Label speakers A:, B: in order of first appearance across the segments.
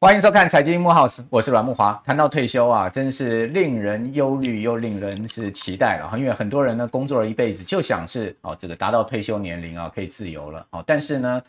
A: 欢迎收看《财经幕 house》，我是阮木华。谈到退休啊，真是令人忧虑又令人是期待了哈，因为很多人呢工作了一辈子，就想是哦这个达到退休年龄啊可以自由了哦，但是呢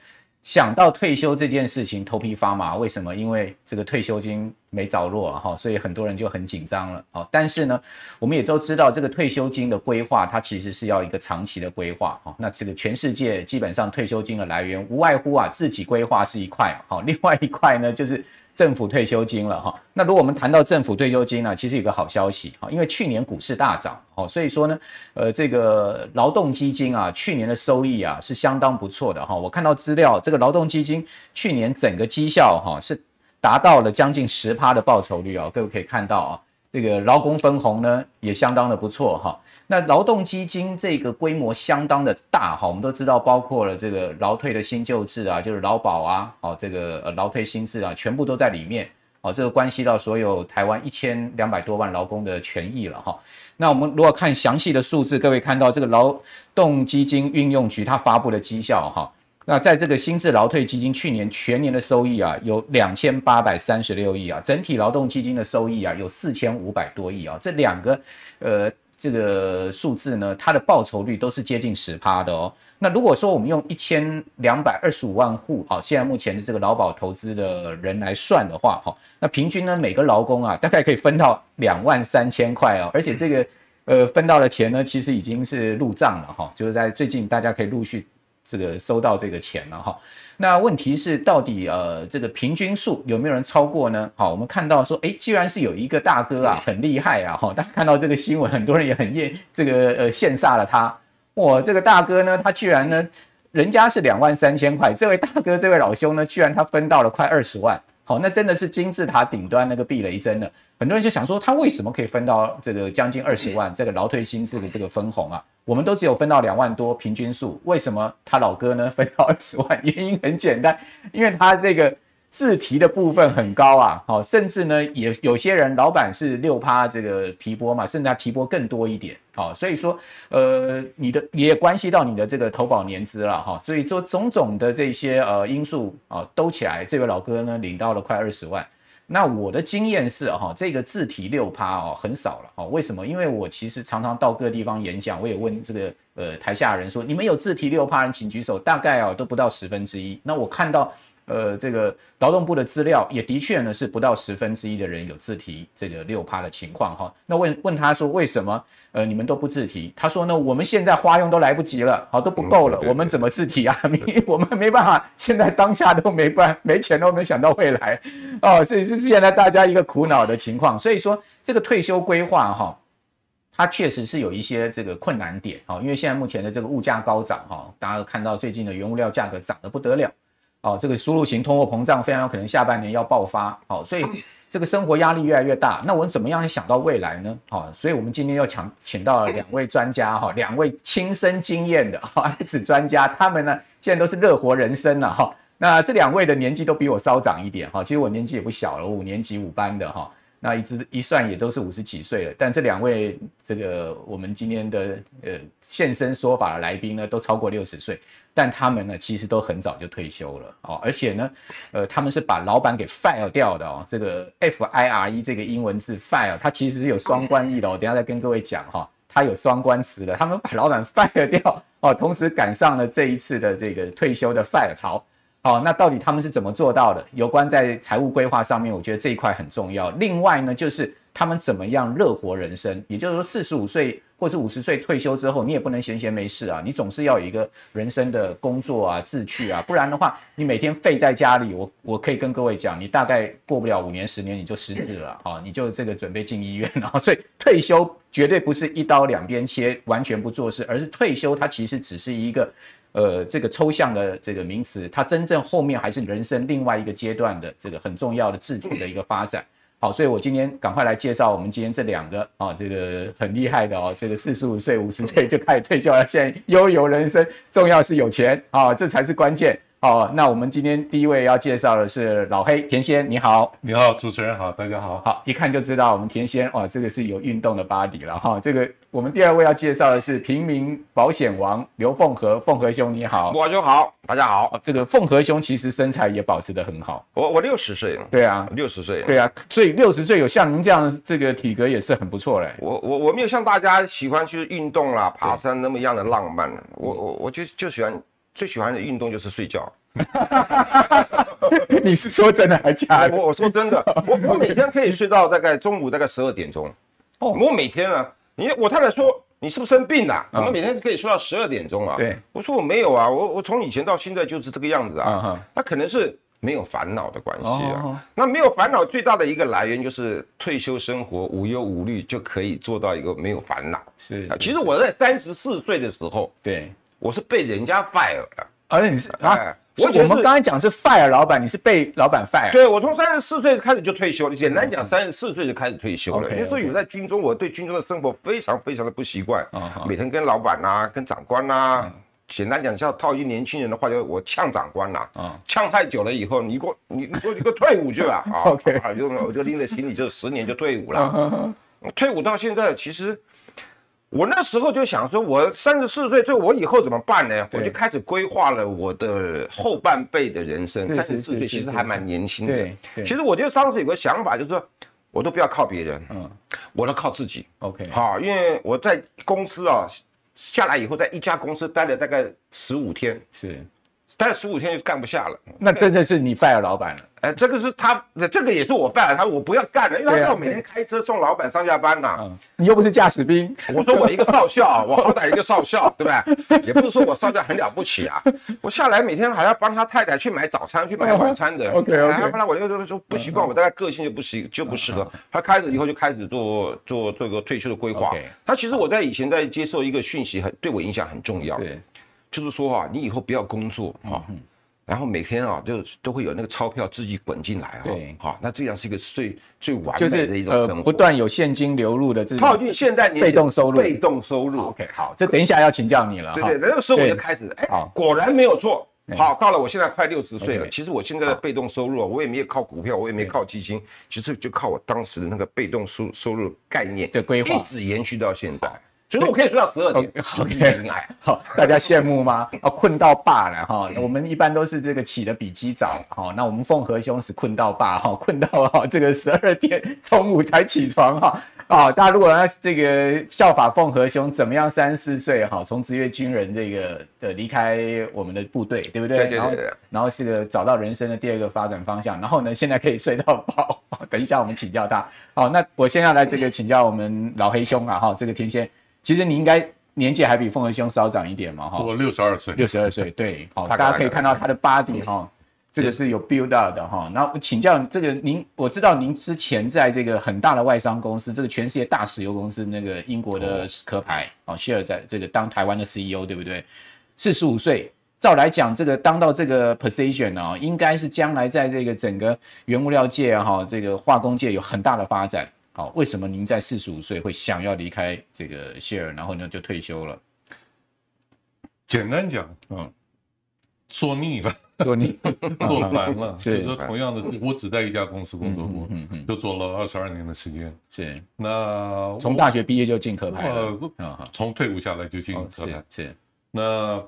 A: 想到退休这件事情头皮发麻，为什么？因为这个退休金没着落啊哈、所以很多人就很紧张了哦。但是呢，我们也都知道这个退休金的规划，它其实是要一个长期的规划哦。那这个全世界基本上退休金的来源无外乎啊自己规划是一块好、 另外一块呢就是。政府退休金了哈。那如果我们谈到政府退休金啊呢，其实有个好消息哦哈，因为去年股市大涨哦，所以说呢，呃，这个劳动基金啊，去年的收益啊是相当不错的哈。哦我看到资料，这个劳动基金去年整个绩效哈是达到了将近十趴的报酬率哦，各位可以看到啊。这个劳工分红呢也相当的不错哈。那劳动基金这个规模相当的大哈，我们都知道包括了这个劳退的新旧制啊，就是劳保啊，哦这个呃劳退新制啊，全部都在里面。哦，这个关系到所有台湾一千两百多万劳工的权益了哈。那我们如果看详细的数字，各位看到这个劳动基金运用局它发布的绩效哈，那在这个新制劳退基金去年全年的收益啊，有两千八百三十六亿啊，整体劳动基金的收益啊，有四千五百多亿啊，这两个呃这个数字呢，它的报酬率都是接近十趴的哦。那如果说我们用一千两百二十五万户啊，现在目前的这个劳保投资的人来算的话，哈、那平均呢每个劳工啊，大概可以分到两万三千块哦，而且这个。呃，分到的钱呢，其实已经是入账了哈，就是在最近大家可以陆续这个收到这个钱了哈。那问题是，到底呃这个平均数有没有人超过呢？好，我们看到说，诶，既然是有一个大哥啊，很厉害啊，哈，大家看到这个新闻，很多人也很厌这个呃羡煞了他。哇，这个大哥呢，他居然呢，人家是两万三千块，这位大哥这位老兄呢，居然他分到了快二十万。好，那真的是金字塔顶端那个避雷针了。很多人就想说，他为什么可以分到这个将近二十万这个劳退薪资的这个分红啊？我们都只有分到两万多平均数，为什么他老哥呢分到二十万？ 原因很简单，因为他这个自提的部分很高啊，好、甚至呢也有些人老板是六趴这个提拨嘛，甚至他提拨更多一点，好、所以说呃你的也关系到你的这个投保年资了哈、所以说种种的这些呃因素啊、都起来，这位老哥呢领到了快二十万。那我的经验是哈、这个自提六趴哦很少了哦，为什么？因为我其实常常到各地方演讲，我也问这个呃台下人说，你们有自提六趴人请举手，大概哦都不到十分之一。那我看到呃这个劳动部的资料也的确呢是不到十分之一的人有自提这个六趴的情况哈、那问问他说为什么呃你们都不自提？他说呢我们现在花用都来不及了，好、都不够了，
B: 嗯对
A: 我们怎么自提啊？ 没我们没办法，现在当下都没办没钱都没想到未来。哦，所以是现在大家一个苦恼的情况。所以说这个退休规划哈、它确实是有一些这个困难点哦，因为现在目前的这个物价高涨哈、大家都看到最近的原物料价格涨得不得了。哦，这个输入型通货膨胀非常有可能下半年要爆发，好、所以这个生活压力越来越大。那我们怎么样去想到未来呢？好、所以我们今天要请请到了两位专家哈、两位亲身经验的哈、爱子专家，他们呢现在都是热火人生了哈、那这两位的年纪都比我稍长一点哈、其实我年纪也不小了，我五年级五班的哈、那一直一算也都是五十几岁了，但这两位这个我们今天的呃现身说法的来宾呢，都超过六十岁，但他们呢其实都很早就退休了哦，而且呢，呃，他们是把老板给 fire 掉的哦，这个 F I R E 这个英文字 fire，它其实是有双关意的、哦，我等一下再跟各位讲哈、它有双关词的，他们把老板 fire 掉哦，同时赶上了这一次的这个退休的 fire 潮。好、那到底他们是怎么做到的？有关在财务规划上面，我觉得这一块很重要。另外呢，就是他们怎么样热活人生，也就是说，四十五岁或是五十岁退休之后，你也不能闲闲没事啊，你总是要有一个人生的工作啊、志趣啊，不然的话，你每天废在家里，我我可以跟各位讲，你大概过不了五年、十年你就失智了啊、你就这个准备进医院了、所以退休绝对不是一刀两边切，完全不做事，而是退休它其实只是一个呃，这个抽象的这个名词，它真正后面还是人生另外一个阶段的这个很重要的自主的一个发展。好，所以我今天赶快来介绍我们今天这两个啊，这个很厉害的哦，这个四十五岁、五十岁就开始退休了，现在悠游人生，重要是有钱啊，这才是关键。好，那我们今天第一位要介绍的是老黑田先，你好。
B: 你好，主持人好，大家好。
A: 好，一看就知道我们田先哦，这个是有运动的巴黎了哈。这个我们第二位要介绍的是平民保险王刘凤和，凤和兄你好。
C: 我就好，大家好，
A: 哦，这个凤和兄其实身材也保持得很好，
C: 我我六十岁了，
A: 对啊，
C: 六十岁了，
A: 对啊，所以六十岁有像您这样的这个体格也是很不错嘞。
C: 我我我没有像大家喜欢去运动啦、爬山那么样的浪漫了，我我我就就喜欢最喜欢的运动就是睡觉。
A: 你是说真的还假的？
C: 哎我我说真的，我我每天可以睡到大概中午大概十二点钟，
A: 哦
C: 我每天啊，你我太太说。你是不是生病了、怎么每天可以睡到十二点钟啊？
A: 啊对，
C: 我说我没有啊，我我从以前到现在就是这个样子
A: 嗯
C: 啊。
A: 哼，
C: 那可能是没有烦恼的关系啊。
A: 哦
C: 那没有烦恼最大的一个来源就是退休生活无忧无虑，就可以做到一个没有烦恼。
A: 是
C: 啊，，其
A: 是
C: 实我在三十四岁的时候，
A: 对，
C: 我是被人家 fire 的。
A: 而且你是啊
C: 哎，
A: 我
C: 我觉得
A: 我们
C: 是
A: 刚才讲是 fire 老板，你是被老板 fire，
C: 对我从三十四岁开始就退休了，简单讲，三十四岁就开始退休了。
A: 嗯 OK，
C: 因为说有在军中，我对军中的生活非常非常的不习惯
A: 哦好，嗯
C: 每天跟老板呐、跟长官呐、简单讲，像套一句年轻人的话，就是我呛长官啊呐、
A: 哦
C: 呛太久了以后，你给我，你你给我，你给我退伍 去吧，啊
A: OK
C: 啊，就我就拎着行李就十年就退伍
A: 嗯
C: 了。
A: 哼哼
C: 退伍到现在，其实我那时候就想说，我三十四岁，这我以后怎么办呢？
A: 对
C: 我就开始规划了我的后半辈的人生。
A: 是
C: 三
A: 是
C: 十
A: 是
C: 四
A: 是
C: 岁其实还蛮年轻的
A: 对。对
C: 嗯其实我就当时有个想法，就是说，我都不要靠别人，
A: 嗯
C: 我都靠自己。
A: ，OK，
C: 好，因为我在公司啊下来以后，在一家公司待了大概十五天，
A: 是，
C: 待了十五天就干不下了。
A: 那真的是你 fire 老板了，
C: 哎，这个是他，这个也是我犯了他，我不要干了，因为他
A: 对啊
C: 让我每天开车送老板上下班呐、
A: 嗯，你又不是驾驶兵，
C: 我说我一个少校，我好歹一个少校，对吧？也不是说我少校很了不起啊，我下来每天还要帮他太太去买早餐、去买晚餐的。
A: 嗯 OK，OK 嗯
C: 哎后来我就说不习惯，我大概个性就不适就不适合。他开始以后就开始做做做一个退休的规划
A: OK。
C: 他其实我在以前在接受一个讯息，很对我影响很重要，
A: 对，
C: 就是说啊，你以后不要工作
A: 嗯
C: 啊。然后每天啊，就都会有那个钞票自己滚进来啊，
A: 对
C: 好，那这样是一个最最完
A: 就
C: 美的一
A: 是
C: 种
A: 呃
C: 生活。
A: 不断有现金流入的这
C: 靠
A: 种。
C: 近现在年
A: 被
C: 轻
A: 动收入
C: 被动收入
A: OK，好，这等一下要请教你了。
C: 对
A: 哈
C: 对，那个时候我
A: 对
C: 就开始，哎
A: 好，
C: 果然没有错。好，到了我现在快六十岁
A: OK
C: 了，其实我现在的被动收入啊，我也没有靠股票，我也没靠基金，其实就靠我当时的那个被动收收入概念
A: 对规划
C: 一直延续到现在。所以说我可以睡到十二点，
A: 好
C: 就是
A: ，OK
C: 一哎，
A: 好，大家羡慕吗？啊，困到爸了哈、
C: 嗯
A: 我们一般都是这个起的比鸡早哈、那我们凤和兄是困到爸哈、困到哈、这个十二点中午才起床哈、啊，大家如果要这个效法凤和兄，怎么样三四岁哈，从职业军人这个呃离开我们的部队，对不对？
C: 对对对
A: 然后
C: 对
A: 然后是个找到人生的第二个发展方向，然后呢，现在可以睡到饱。 等一下我们请教他。好，那我先要来这个请教我们老黑兄啊，哈，这个天仙，其实你应该年纪还比凤和兄稍长一点嘛，哈，
B: 我六十二岁，
A: 六十二岁，对，好，大
C: 大概
A: 家可以看到他的 body 哈、这个是有 build up 的哈。那我请教这个您，我知道您之前在这个很大的外商公司，这个全世界大石油公司那个英国的壳牌哦 s h a r e 在这个当台湾的 CEO，对不对？四十五岁，照来讲，这个当到这个 position 哦，应该是将来在这个整个原物料界哈、这个化工界有很大的发展。好，为什么您在四十五岁会想要离开这个 share，然后呢就退休了？
B: 简单讲，
A: 嗯，
B: 做腻 了，
A: 说你，
B: 做烦了，
A: 是
B: 就是说同样的事，我只在一家公司工作过，
A: 嗯嗯，
B: 就做了二十二年的时间。
A: 是。
B: 那我
A: 从大学毕业就进壳牌了，
B: 呃
A: 啊哈，
B: 从退伍下来就进
A: 哦
B: 车牌
A: 是，是，
B: 那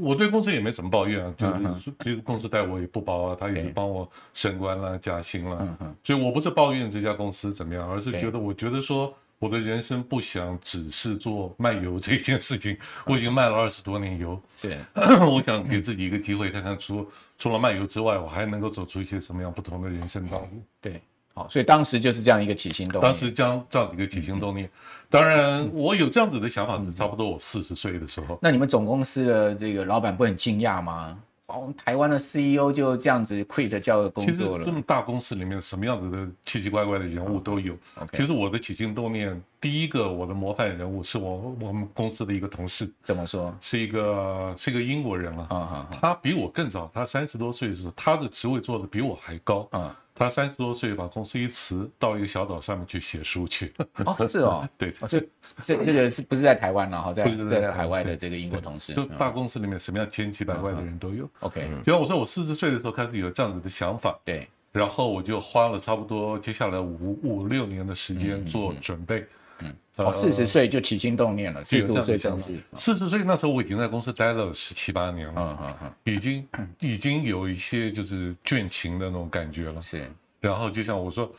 B: 我对公司也没怎么抱怨啊，就
A: 嗯哼
B: 是其实公司待我也不薄啊，他也是
A: 对
B: 帮我升官啦、加薪啦，
A: 嗯哼，
B: 所以我不是抱怨这家公司怎么样，而是
A: 对
B: 觉得我觉得说我的人生不想只是做卖油这件事 情，我已经卖了二十多年油，
A: 是，
B: 我想给自己一个机会，看看除除了卖油之外，我还能够走出一些什么样不同的人生道路。
A: 对，好，所以当时就是这样一个起心动念，
B: 当时将这样子一个起心动念，当然我有这样子的想法
A: 嗯
B: 是差不多我四十岁的时候。
A: 那你们总公司的这个老板不很惊讶吗？哦，台湾的 CEO 就这样子 quit 叫
B: 其
A: 工
B: 实
A: 作
B: 这么
A: 了
B: 大公司里面，什么样子的奇奇怪怪的人物都有。其
A: 嗯，OK，
B: 实我的起心动念，第一个我的模范人物是我我们公司的一个同事，
A: 怎么说？
B: 是一个是一个英国人了、
A: 啊哈
B: 他比我更早，他三十多岁的时候，他的职位做的比我还高。
A: 哈，啊，
B: 他三十多岁把公司一辞，到一个小岛上面去写 书去。
A: 哦，是 哦，
B: 对，
A: 哦，这这这个是不是在台湾了哈，在
B: 不是在台
A: 在
B: 湾
A: 海外的
B: 对
A: 这个英国同事，
B: 就
A: 嗯
B: 大公嗯司里面什么样千奇百怪的人都有。
A: OK，
B: 就像我说，我四十岁的时候开始有这样子的想法，
A: 对，
B: 然后我就花了差不多接下来五五六年的时
A: 嗯嗯
B: 间做准备。
A: 嗯，
B: 呃
A: 哦，四十岁就起心动念了，四十五岁正式，
B: 四十岁那时候我已经在公司待了十七八年了，
A: 嗯嗯嗯，
B: 已经已经有一些就是倦勤的那种感觉了。
A: 是，
B: 然后就像我说，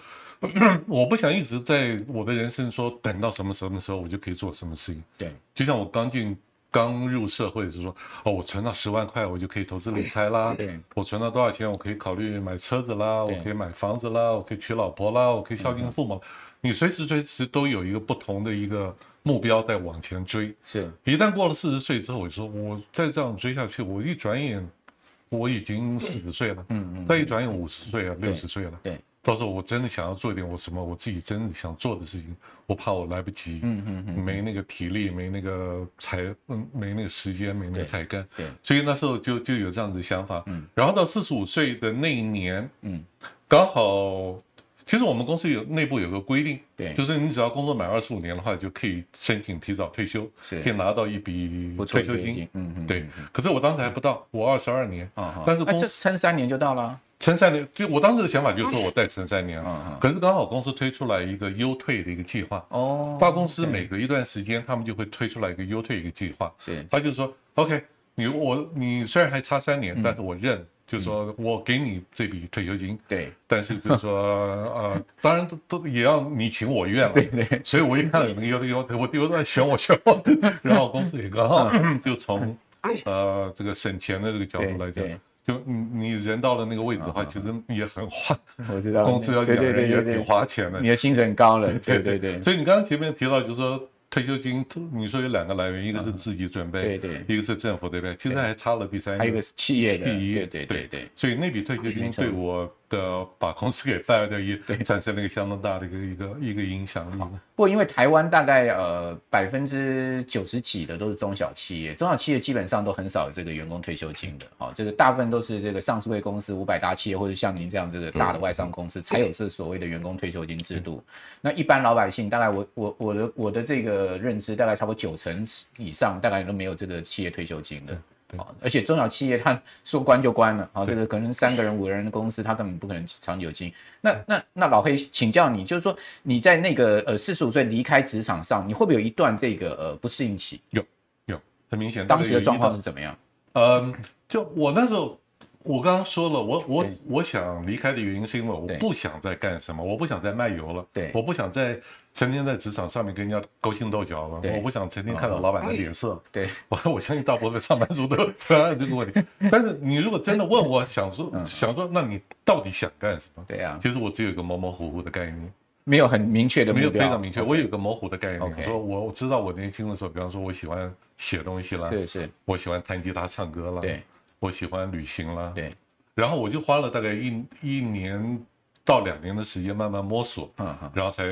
B: 我不想一直在我的人生说等到什么什么时候我就可以做什么事情。
A: 对，
B: 就像我刚进刚入社会的时候说，哦，我存到十万块，我就可以投资理财啦。
A: 对，
B: 我存到多少钱，我可以考虑买车子啦，
A: 对嗯
B: 我可以买房子啦，我可以娶老婆啦，我可以孝敬父母。你随时随时都有一个不同的一个目标在往前追。
A: 是，
B: 一旦过了四十岁之后，我就说我再这样追下去，我一转眼我已经四十岁了，
A: 嗯嗯，
B: 再一转眼五十岁了，
A: 对
B: 六十岁了。
A: 对，
B: 到时候我真的想要做一点我什么我自己真的想做的事情，我怕我来不及，
A: 嗯嗯嗯，
B: 没那个体力，没那个才，嗯，没那个时间，没那
A: 对
B: 个才干。
A: 对，
B: 所以那时候就就有这样子的想法。
A: 嗯，
B: 然后到四十五岁的那一年，
A: 嗯，
B: 刚好，其实我们公司有内部有个规定，
A: 对，
B: 就是你只要工作满二十五年的话，就可以申请提早退休，
A: 是
B: 可以拿到一笔
A: 不错的
B: 退休
A: 决
B: 金
A: 心。，嗯嗯，
B: 对，可是我当时还不到，我二十二年，
A: 啊哈，
B: 但是
A: 啊
B: 公
A: 这
B: 司
A: 撑三年就到了，
B: 撑三年，就我当时的想法就是说我再撑三年啊
A: 嗯
B: 了。
A: 嗯，
B: 可是刚好公司推出来一个优退的一个计划，
A: 哦，
B: 大公司
A: OK，
B: 每隔一段时间他们就会推出来一个优退一个计划，
A: 是，
B: 他就说 OK，你我你虽然还差三年，但是我认，就是说我给你这笔退休金，
A: 对，
B: 但是就是 说呃，当然都都也要你情我愿了。
A: 对对，
B: 所以我一看到有那个优退优退，我 我都在选我选我，然后公司也刚好就从呃这个省钱的这个角
A: 对
B: 度来讲
A: 对。
B: 就你你人到了那个位置的话，其实也很花，
A: 我知道，
B: 公司要
A: 对
B: 养
A: 对
B: 人
A: 对
B: 也
A: 对
B: 挺
A: 对，
B: 花钱的。
A: 你的薪水很高 了，对对对，
B: 所以你刚刚前面提到，就是说退休金，你说有两个来源，一个是自己准备，
A: 嗯对对
B: 一个是政府这边，其实还差了第三
A: 还有一个啊是企业的，
B: 企业
A: 对对对对，
B: 所以那笔退休金
A: 成
B: 对我的把公司给 fire 掉也产生了一个相当大的一个一个一个影响力。
A: 不过因为台湾大概呃百分之九十几的都是中小企业，中小企业基本上都很少有这个员工退休金的，哦，这个大部分都是这个上市会公司、五百大企业或者像您这样这个大的外商公司才有这所谓的员工退休金制度。那一般老百姓大概我我我的我的这个认知大概差不多九成以上大概都没有这个企业退休金的。好，而且中小企业它说关就关了，好，这个可能三个人、五个人的公司，它根本不可能长久经营。那
B: 嗯
A: 那那老黑，请教你，就是说你在那个呃四十五岁离开职场上，你会不会有一段这个呃不适应期？
B: 有很明显，
A: 当时
B: 这个有
A: 的
B: 一
A: 状况
B: 个
A: 是怎么样？
B: 嗯，就我那时候，我刚刚说了，我我
A: 对
B: 我想离开的原因是因为我
A: 对
B: 不想再干什么，我不想再卖油了，
A: 对
B: 我不想再成天在职场上面跟人家勾心斗角了，
A: 对啊
B: 我不想成天看到老板的脸色。
A: 对，
B: 我我相信大部分上班族都有同样的这个问题。但是你如果真的问我，想说
A: 嗯
B: 想说，那你到底想干什么？
A: 对啊，
B: 其实我只有一个模模糊糊的概念，
A: 没有很明确的目
B: 没有
A: 标，
B: 非常明确。我有一个模糊的概念，
A: OK
B: 我说我我知道我年轻的时候，比方说我喜欢写东西啦，
A: 是是，
B: 我喜欢弹吉他、唱歌啦，
A: 对
B: 我喜欢旅行啦，
A: 对，
B: 然后我就花了大概一一年到两年的时间慢慢摸索，
A: 嗯嗯，
B: 然后才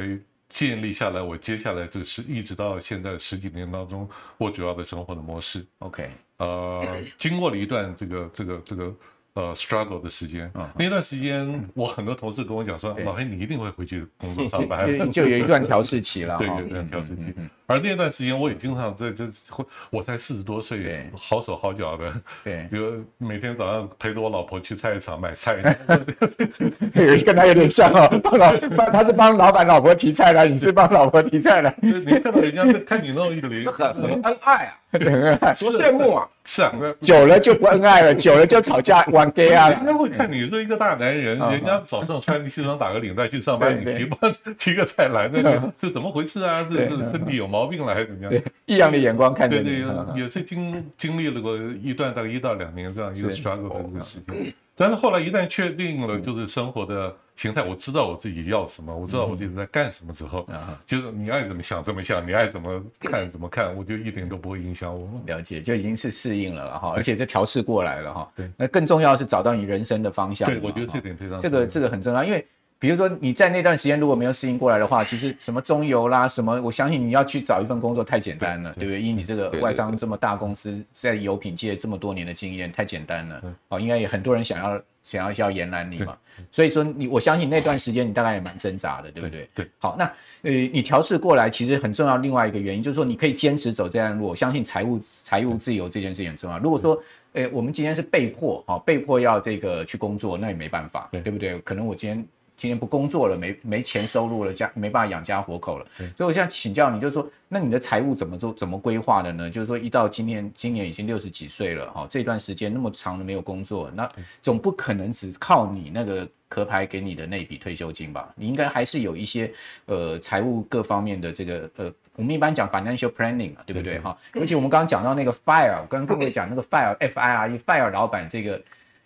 B: 建立下来我接下来这个是一直到现在十几年当中我主要的生活的模式。
A: ，OK，
B: 呃， 经过了一段这个这个这个呃 struggle 的时间
A: 嗯，
B: 那段时间我很多同事跟我讲说，
A: 对
B: 老黑你一定会回去工作上班。
A: 就就就有一段调试期了，
B: 对，
A: 哈
B: 有一段调试
A: 嗯嗯
B: 期
A: 嗯嗯。
B: 而那段时间，我也经常在就会，我才四十多岁
A: 对，
B: 好手好脚的，
A: 对，
B: 就每天早上陪着我老婆去菜市场买菜，
A: 有嗯 一跟他有点像哦，帮老帮他是帮老板老婆提菜的，你是帮老婆提菜的，
B: 就你看到人家看你弄一个脸，
C: 很很恩爱 啊，
A: 很爱。
C: 多羡慕啊！
B: 是 啊，
A: 久了就不恩爱了，久了就吵架玩 gay 啊
B: 人家会看你是一个大男人，
A: 嗯
B: 人家早上穿个西装打个领带去上班，你
A: 对对
B: 提包提个菜篮子， 这怎么回事啊？是
A: 对嗯
B: 是身体有毛病了还是怎么样？
A: 对，异样的眼光看着
B: 对
A: 你嗯
B: 对。，也是经经历了过一段大概一到两年这样一个
A: 是
B: struggle 的这个时间，但是后来一旦确定了就是生活的形态，我知道我自己要什么，我知道我自己在干什么之后，
A: 啊哈，
B: 就是你爱怎么想怎么想，你爱怎么看怎么看，我就一点都不会影响我。
A: 了解，就已经是适应了了哈，而且这调试过来了哈。
B: 对，
A: 那更重要是找到你人生的方向嘛。
B: 对，我觉得这
A: 哈
B: 点非常
A: 这个这个很重要，因为比如说你在那段时间如果没有适应过来的话，其实什么中游啦，什么我相信你要去找一份工作太简单了，对
B: 对
A: 不对？以你这个
C: 对对
A: 外商这么大公司，在油品界这么多年的经验，太简单了
B: 嗯。
A: 哦，应该也很多人想要想要要延揽你嘛。所以说你，我相信那段时间你大概也蛮挣扎的，对不对？
B: 对对
A: 好，那呃，你调试过来，其实很重要。另外一个原因就是说，你可以坚持走这样路。我相信财务财务自由这件事情很重要。如果说，呃，我们今天是被迫哈、哦，被迫要这个去工作，那也没办法，
B: 对
A: 对不对？可能我今天。今天不工作了，没没钱收入了，家没办法养家活口了，
B: 对
A: 所以我现在请教你，就是说，那你的财务怎么做，怎么规划的呢？就是说，一到今年，今年已经六十几岁了，哈、这段时间那么长的没有工作，那总不可能只靠你那个壳牌给你的那笔退休金吧？你应该还是有一些呃财务各方面的这个呃，我们一般讲 financial planning 嘛，对不对
B: 对
A: 哈？而且我们刚刚讲到那个 fire，我跟各位讲那个 fire f i r e fire 老板这个。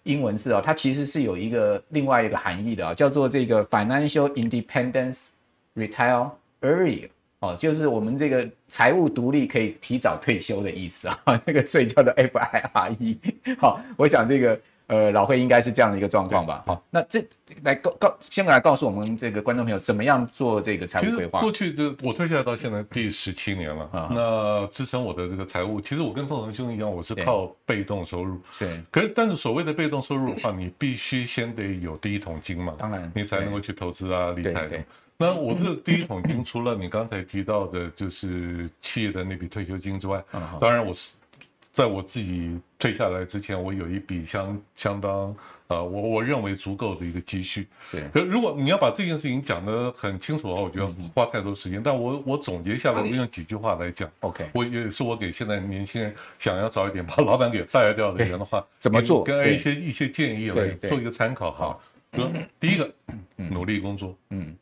A: 英文字哦，它其实是有一个另外一个含义的啊、叫做这个 financial independence retire early 哦，就是我们这个财务独立可以提早退休的意思啊， 那个税叫做 FIRE。好，E 我想这个呃老会应该是这样的一个状况吧。好，那这来告告先来告诉我们这个观众朋友怎么样做这个财
B: 其
A: 务
B: 实
A: 规划
B: 过去这我退下来到现在第十七年了，
A: 啊
B: 那支撑我的这个财务，其实我跟凤凰兄一样，我是
A: 对
B: 靠被动收入。
A: 是
B: 可是，但是所谓的被动收入的话，你必须先得有第一桶金嘛，
A: 当然
B: 你才能够去投资啊、理财
A: 对对
B: 的。那我这第一桶 金，除了你刚才提到的，就是企业的那笔退休金之外，
A: 嗯好
B: 当然我是在我自己退下来之前，我有一笔相相当呃，我我认为足够的一个积蓄。
A: 是
B: 可如果你要把这件事情讲得很清楚的话，我觉
A: 嗯
B: 得花太多时间。但我我总结下来，我用几句话来讲，
A: OK
B: 我也是我给现在年轻人想要早一点把老板给 fire 掉的人的话，
A: 怎么
B: 给
A: 做
B: 跟
A: 对
B: 一些一些建议
A: 对
B: 来
A: 对嗯
B: 做一个参考哈
A: 好。
B: 比如第一个，努力工作。
A: 嗯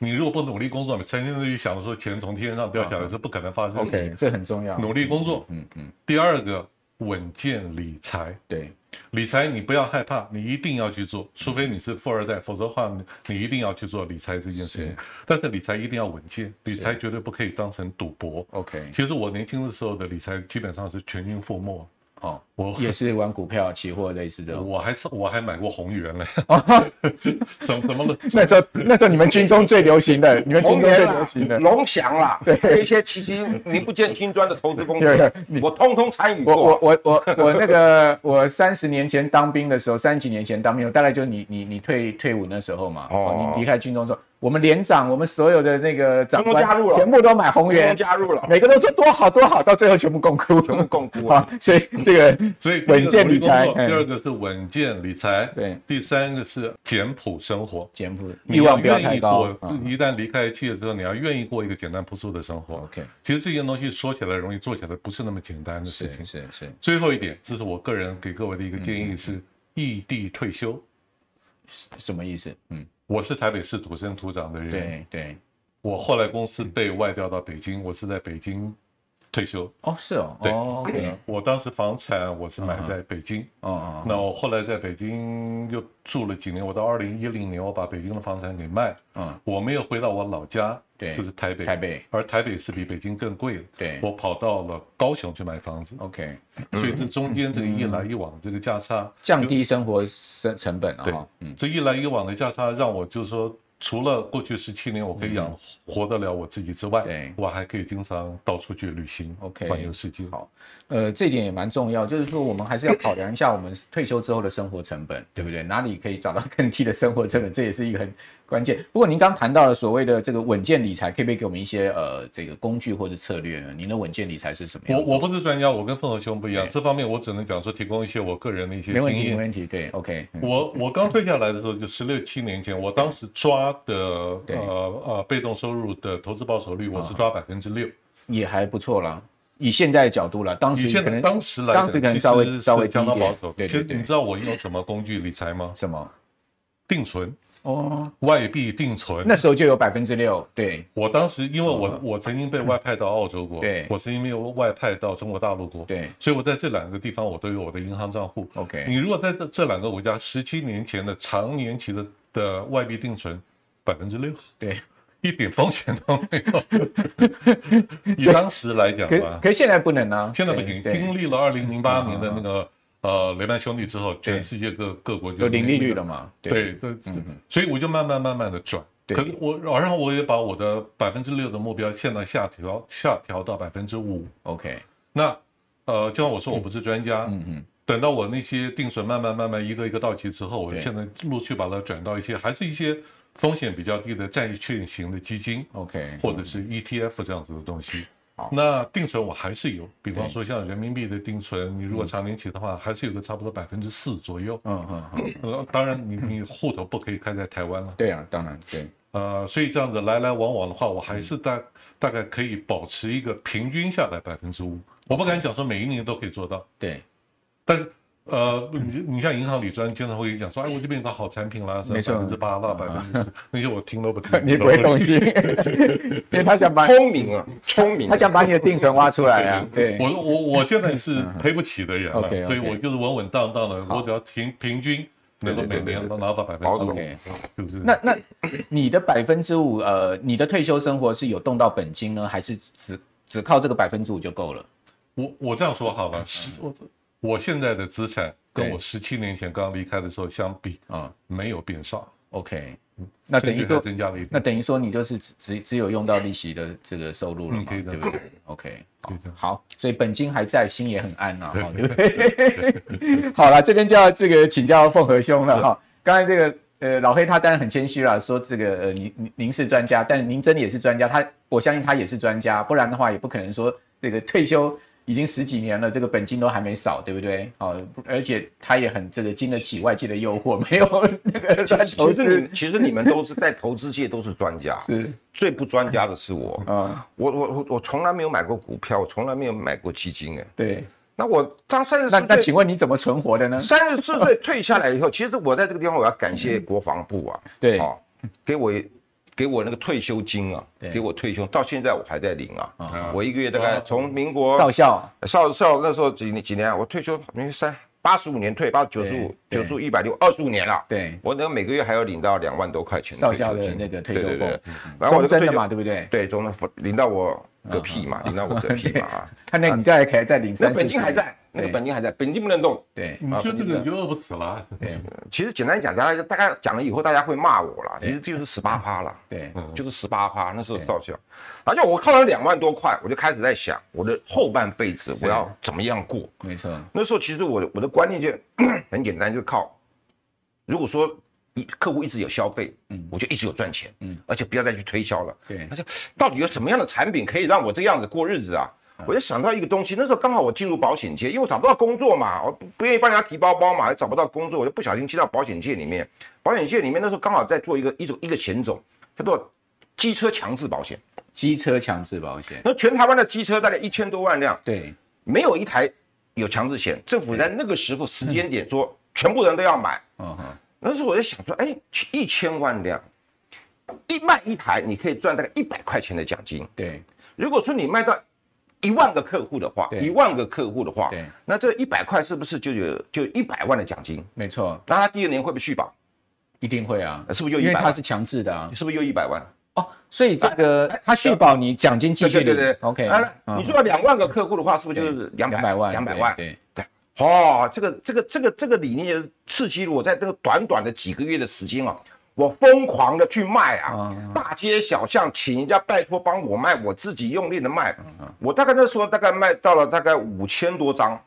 B: 你如果不努力工作，你成天都去想说钱从天上掉下来是不可能发生的。
A: 啊 OK 嗯这很重要。
B: 努力工作。
A: 嗯嗯
B: 第二个，稳健理财。
A: 对
B: 理财你不要害怕，你一定要去做，除非你是富二代，否则的话你你一定要去做理财这件事
A: 是
B: 情。但是理财一定要稳健，理财绝对不可以当成赌博。
A: OK
B: 其实我年轻的时候的理财基本上是全军覆没，
A: 哦，
B: 我
A: 也是玩股票、期货类似的。
B: 我还是我还买过宏源嘞，什么什么
A: 那时候那时候你们军中最流行的，你们军中
C: 宏
A: 最
C: 源
A: 流
C: 啦
A: 行的、。
C: 龙翔啦，
A: 对
C: 这一些其实名不见经传的投资公
A: 对对
C: 司
A: 你，
C: 我通通参与
A: 我
C: 过
A: 我。我我我那个我三十年前当兵的时候，三十几年前当兵，大概就你你你退退伍那时候嘛，哦
C: 哦，
A: 你离开军中之后，我们连长，我们所有的那个长官
C: 通通加入了
A: 全部都买红
C: 通通
A: 源，
C: 加 入了，
A: 每个都说多好多好，到最后全部共哭，
C: 全部共估啊。
A: 好，所以这个
B: 所以第一个
A: 稳健理财
B: 努力工作
A: 嗯
B: 第二个是稳健理财，
A: 对，
B: 第三个是简朴生活。
A: 减负
B: 你
A: 欲望不要
B: 愿意
A: 太高
B: 过
A: 嗯
B: 一旦离开企业之后，你要愿意过一个简单朴素的生活。
A: ，OK，
B: 其实这些东西说起来容易，做起来不是那么简单的事
A: 是嗯
B: 情。
A: 是是，
B: 最后一点，这是我个人给各位的一个建议是异地退休。
A: 什么意思？嗯，
B: 我是台北市土生土长的人，
A: 对对，
B: 我后来公司
A: 嗯
B: 被外调到北京，我是在北京退休。
A: 哦是哦，
B: 对
A: 哦 OK，
B: 我当时房产我是买在北京，
A: 哦哦
B: 那我后来在北京又住了几年，我到二零一零年我把北京的房产给卖，
A: 嗯，
B: 我没有回到我老家，
A: 对
B: 就是台北，
A: 台北，
B: 而台北是比北京更贵的，
A: 对嗯
B: 我跑到了高雄去买房子，
A: ，OK，
B: 所以这中间这个一
A: 嗯
B: 来一往的这个价差，
A: 降低生活成成本啊
B: 对
A: 哈，嗯
B: 这一来一往的价差让我就是说，除了过去十七年我可以养活得了我自己之外，
A: 嗯对
B: 我还可以经常到处去旅行
A: OK
B: 环游世界。
A: 好，呃，这点也蛮重要，就是说我们还是要考量一下我们退休之后的生活成本，对不对？哪里可以找到更低的生活成本，这也是一个很关键。不过您刚谈到了所谓的这个稳健理财，可不可以给我们一些呃这个工具或者策略呢？您的稳健理财是什么样
B: 我
A: 的？
B: 我不是专家，我跟凤和兄不一样
A: 对，
B: 这方面我只能讲说提供一些我个人的一些
A: 没
B: 经
A: 问题，没
B: 验。
A: 问题，对，OK，嗯、
B: 我我刚退下来的时候，就十六七年前，我当时抓的呃
A: 对啊
B: 呃被动收入的投资报酬率，我是抓百分之六。
A: 也还不错啦。以现在的角度啦，当
B: 你
A: 时
B: 现
A: 可
B: 在
A: 能
B: 当时来讲，
A: 当时可能稍
B: 其
A: 微
B: 实是
A: 稍微低
B: 相
A: 一
B: 当保
A: 点
B: 守，。
A: 对
B: 其
A: 对
B: 实你
A: 对
B: 知，道我用什么工具理财吗？
A: 什么？
B: 定存，
A: 哦，
B: 外币定存。
A: 那时候就有百分之六，对
B: 我当时因为
A: 嗯
B: 我我曾经被外派到澳洲过，
A: 对
B: 我曾经没有外派到中国大陆过，
A: 对
B: 所以我在这两个地方我都有我的银行账户。你
A: ，OK，
B: 如果在这这两个国家十七年前的长年期的的外币定存百分之六，
A: 对。
B: 一点风险都没有。以当时来讲
A: 可
B: 吧，
A: 可是现在不能啊，
B: 现在不行。
A: 对对啊
B: 经历了二零零八年的那个呃雷曼兄弟之后，全世界各各国
A: 有
B: 就
A: 零利率了
B: 嘛。
A: 嘛？
B: 对对，
A: 嗯
B: 所以我就慢慢慢慢的转。
A: 对
B: 可是我，然后我也把我的百分之六的目标现在下调下调到百分之五。
A: ，OK，
B: 那，呃，就像我说，我不是专家，
A: 嗯嗯，
B: 等到我那些定损慢慢慢慢一个一个到期之后，我
A: 对
B: 现在陆续把它转到一些还是一些风险比较低的债券型的基金，
A: OK，
B: 或者是 ETF 这样子的东西
A: 嗯好。
B: 那定存我还是有，比方
A: 对
B: 说像人民币的定存，你如果长年期的话，还是有个差不多百分之四左右。
A: 嗯嗯嗯，
B: 呃，当然你你户头不可以开在台湾了，
A: 对啊，当然对，
B: 呃，所以这样子来来往往的话，我
A: 嗯
B: 还是大大概可以保持一个平均下来百分之五。我不敢讲说每一年都可以做到，
A: 对，
B: 但是，呃，
A: 嗯
B: 你你像银行理专经常会跟你讲说，哎，我这边有个好产品啦，什么
A: 没错啊
B: 百分之八啦，百分之十，那些我听都不听。
A: 你不会动心，因为他想把
C: 聪明啊，聪明啊。
A: 他想把你的定存挖出来啊，对，
B: 我我我现在是赔不起的人了，
A: 嗯 OK，OK
B: 所以我就是稳稳当当的，
A: 好
B: 我只要平平均能够
C: 对对
B: 每
C: 对对
B: 年
C: 对
B: 能拿到百分
C: 保
B: 之
C: 懂
B: 五，
A: OK，
B: 就是
A: 那那你的百分之五，呃，你的退休生活是有动到本金呢，还是只只靠这个百分之五就够了？
B: 我我这样说好了，十我我现在的资产跟
A: 嗯对
B: 我十七年前刚离开的时候相比，
A: 嗯
B: 没有变少，
A: ，OK，那等
B: 甚
A: 于
B: 至还
A: 说，
B: 增加了一
A: 那
B: 点。
A: 等于说你就是只只只有用到利息的这个收入了嘛，
B: 嗯可以的
A: 对不对？OK，好
B: 可以的
A: 好，所以本金还在，心也很安呐、啊，
B: 对
A: 哈对不对？ 好了，这边就要这个请教凤和兄了哈。刚才这个呃老黑他当然很谦虚了，说这个呃您您您是专家，但您真的也是专家，他我相信他也是专家，不然的话也不可能说这个退休。已经十几年了，这个本金都还没少，对不对？好、不而且他也很这个经得起外界的诱惑，没有那个乱投
C: 其实
A: 资
C: 你， 其实你们都是在投资界都是专家，
A: 是
C: 最不专家的是我。
A: 啊、
C: 我我我我从来没有买过股票，我从来没有买过基金哎。
A: 对。
C: 那我当三十
A: 那那
C: 四
A: 请
C: 岁，
A: 问你怎么存活的呢？
C: 三十四岁退下来以后，其实我在这个地方我要感谢国防部啊，
A: 对
C: 哦，给我给我那个退休金啊
A: 对，
C: 给我退休到现在我还在领啊，
A: 啊
C: 我一个月大概
B: 哇
C: 从民国
A: 少校，
C: 少少那时候几年几年啊，我退休民国三八十五年退，八九十五
A: 对
C: 九
A: 对
C: 十五一百六二十五年了，
A: 对，
C: 我能每个月还要领到两万多块钱
A: 少
C: 退
A: 校
C: 休
A: 的
C: 金
A: 那个退休
C: 对对
A: 俸
C: 对，然后
A: 终
C: 我的
A: 身
C: 退
A: 的
C: 休啊
A: 嘛，啊对不对？
C: 对，中了领到我嗝屁嘛，领到我嗝 屁嘛啊！
A: 看来你现在可以再领
C: 那
A: 三
C: 本
A: 四十
C: 金还在，那个
A: 对
C: 本金还在，本金不能动。
A: 对
B: 你就这个你就饿不死了。啊
A: 对
C: 其实简单讲，大家大概讲了以后，大家会骂我了。其实就是十八趴了，
A: 对，
C: 就是十八趴。那时候
A: 嗯对
C: 少校，而且我靠了两万多块，我就开始在想我的后半辈子我要怎么样过。
A: 没错，
C: 那时候其实我的我的观念就 很简单，就是靠，如果说一客户一直有消费，
A: 嗯
C: 我就一直有赚钱，
A: 嗯
C: 而且不要再去推销了。
A: 对
C: 他，说到底有什么样的产品可以让我这样子过日子啊？
A: 嗯
C: 我就想到一个东西，那时候刚好我进入保险界，因为我找不到工作嘛，我不不愿意帮人家提包包嘛，也找不到工作，我就不小心进到保险界里面。保险界里面那时候刚好在做一个一种一个险种，叫做机车强制保险。
A: 机车强制保险，
C: 那全台湾的机车大概一千多万辆，
A: 对
C: 没有一台有强制险。政府在那个时候时间点说，全部人都要买。
A: 嗯哼，
C: 那时候我就想说，哎，一千万辆，一卖一台，你可以赚大概一百块钱的奖金。
A: 对
C: 如果说你卖到一万个客户的话，
A: 对
C: 一万个客户的话
A: 对，
C: 那这一百块是不是就有就一百万的奖金？
A: 没错，
C: 那他第二年会不会续保？
A: 一定会啊，
C: 是不是又
A: 因为
C: 100
A: 它是强制的啊，
C: 是不是又一百万？
A: 哦，所以这个它续保你奖金继续
C: 啊对对
A: 领
C: 对对
A: ，OK，
C: 当然，你
A: 嗯
C: 做到两万个客户的话，是不是就是
A: 对
C: 两百
A: 200万，
C: 两百
A: 对
C: 万。
A: 对，
C: 对，哦，这个这个这个这个理念就是刺激了我在这个短短的几个月的时间啊，我疯狂的去卖啊，
A: 嗯
C: 大街小巷请人家拜托帮我卖，我自己用力的卖。
A: 嗯
C: 我大概那时候大概卖到了大概五千多张，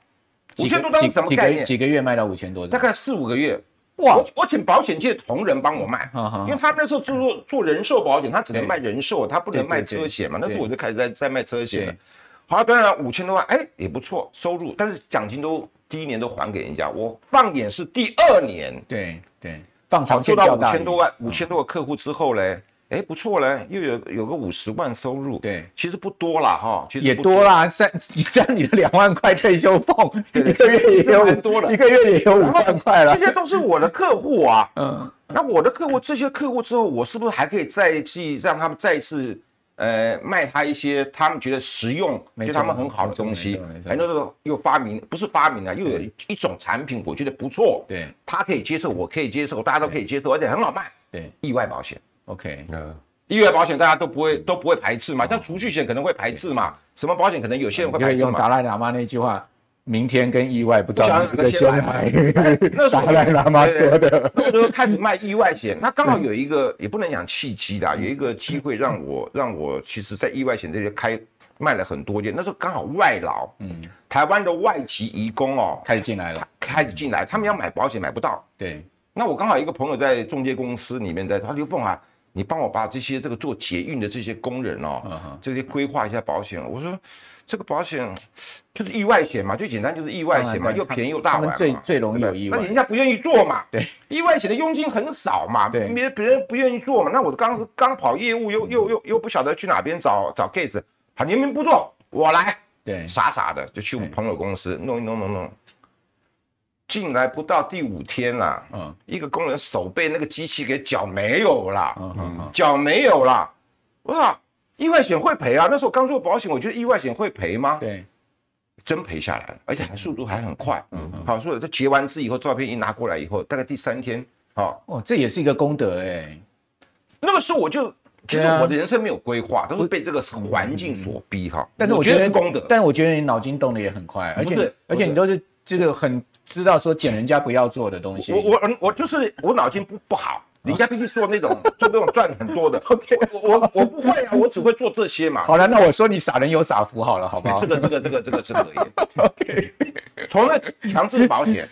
C: 五
A: 几
C: 千多
A: 个
C: 张
A: 几
C: 是什么
A: 几
C: 概
A: 个
C: 念？
A: 几个月卖到五千多张，
C: 大概四五个月。
A: 哇
C: 我我请保险界的同仁帮我卖
A: 嗯嗯，
C: 因为他们那时候做做人寿保险，他只能卖人寿，他不能卖
A: 对对对
C: 车险嘛。那时候
A: 对
C: 我就开始在在卖车险了
A: 对。
C: 好，当然五千多万，哎，也不错收入，但是奖金都第一年都还给人家。我放眼是第二年，
A: 对对，放
C: 好
A: 长
C: 哦做
A: 线
C: 到
A: 钓
C: 五
A: 大鱼嗯
C: 千多，万，五千多个客户之后嘞，哎，不错嘞，又有有个五十万收入，
A: 对，
C: 其实不多啦哈，其实
A: 也
C: 不
A: 多。啦，三你加你的两万块退休俸，一个月也有
C: 蛮多了
A: 一个月也有五万块了
C: 这。些都是我的客户啊，
A: 嗯，
C: 那我的客户这些客户之后，我是不是还可以再一次让他们再一次，呃，卖他一些他们觉得实用、
A: 没
C: 对
A: 错
C: 他们很好的东
A: 没
C: 西
A: 错没？错
C: 哎，那时候又发明，不是发明了、又有一种产品，我觉得不错，
A: 对
C: 他可以接受，我可以接受，大家都可以接受，而且很好卖。
A: 对
C: 意外保险，
A: ，OK，
B: 嗯，
C: 意外保险大家都不
A: 嗯
C: 会都不会排斥嘛，像储蓄险可能会排斥嘛，什么保险可能有些人会
A: 嗯因为
C: 排斥
A: 用
C: 嘛。
A: 达赖喇嘛那句话，明天跟意外不知道
C: 我
A: 哪
C: 想
A: 个先来，
C: 那时候
A: 达赖喇
C: 哎
A: 嘛说的。
C: 那时候开始卖意外
A: 嗯
C: 险，那刚好有一个也不能讲契机啊啦，有一个机会让我让我其实，在意外险这些开卖了很多件。那时候刚好外劳，嗯，台湾的外籍移工哦，
A: 开始进来了，
C: 开始进来，他们要买保险买不到。
A: 对，
C: 那我刚好一个朋友在中介公司里面在，他说刘凤啊，你帮我把这些这个做捷运的这些工人哦，
A: 嗯哼
C: 这些规划一下保险。我说这个保险就是意外险嘛，最简单就是意外险嘛，
A: 当然
C: 又
A: 他
C: 便宜又
A: 他
C: 大碗
A: 们
C: 嘛。
A: 最最容易有
C: 对不对
A: 意外
C: 那。人家不愿意做嘛，
A: 对，
C: 意外险的佣金很少嘛，
A: 对嗯
C: 别别人不愿意做嘛，那我刚刚跑业务又又又又不晓得去哪边找找 case，好，你们不做，我来，
A: 对，
C: 傻傻的就去我
A: 对
C: 朋友公司弄一弄弄弄，进来不到第五天啦、
A: 嗯
C: 一个工人手被那个机器给绞没有啦，
A: 嗯嗯嗯，
C: 绞没有啦，我操！意外险会赔啊！那时候刚做保险，我觉得意外险会赔吗？
A: 对，
C: 真赔下来了，而且还速度还很快。
A: 嗯嗯
C: 好，所以这结完资以后，照片一拿过来以后，大概第三天，好、
A: 哦，这也是一个功德哎，
C: 那个时候我就，其
A: 对
C: 实
A: 啊
C: 我的人生没有规划，都是被这个环境所逼哈。
A: 但是我
C: 我
A: 觉
C: 得
A: 得
C: 是功德，
A: 但我觉得你脑筋动的也很快，而
C: 不
A: 且
C: 是
A: 而且你
C: 不是
A: 都是这个很知道说捡人家不要做的东西。
C: 我我我就是我脑筋不 不好，人家必须做那种做那种赚很多的。OK，我我我不会啊，我只会做这 些嘛。
A: 好了，那我说你傻人有傻福好了，好 不好
C: 哎这？个这个这个这个是可 以。从那强制保险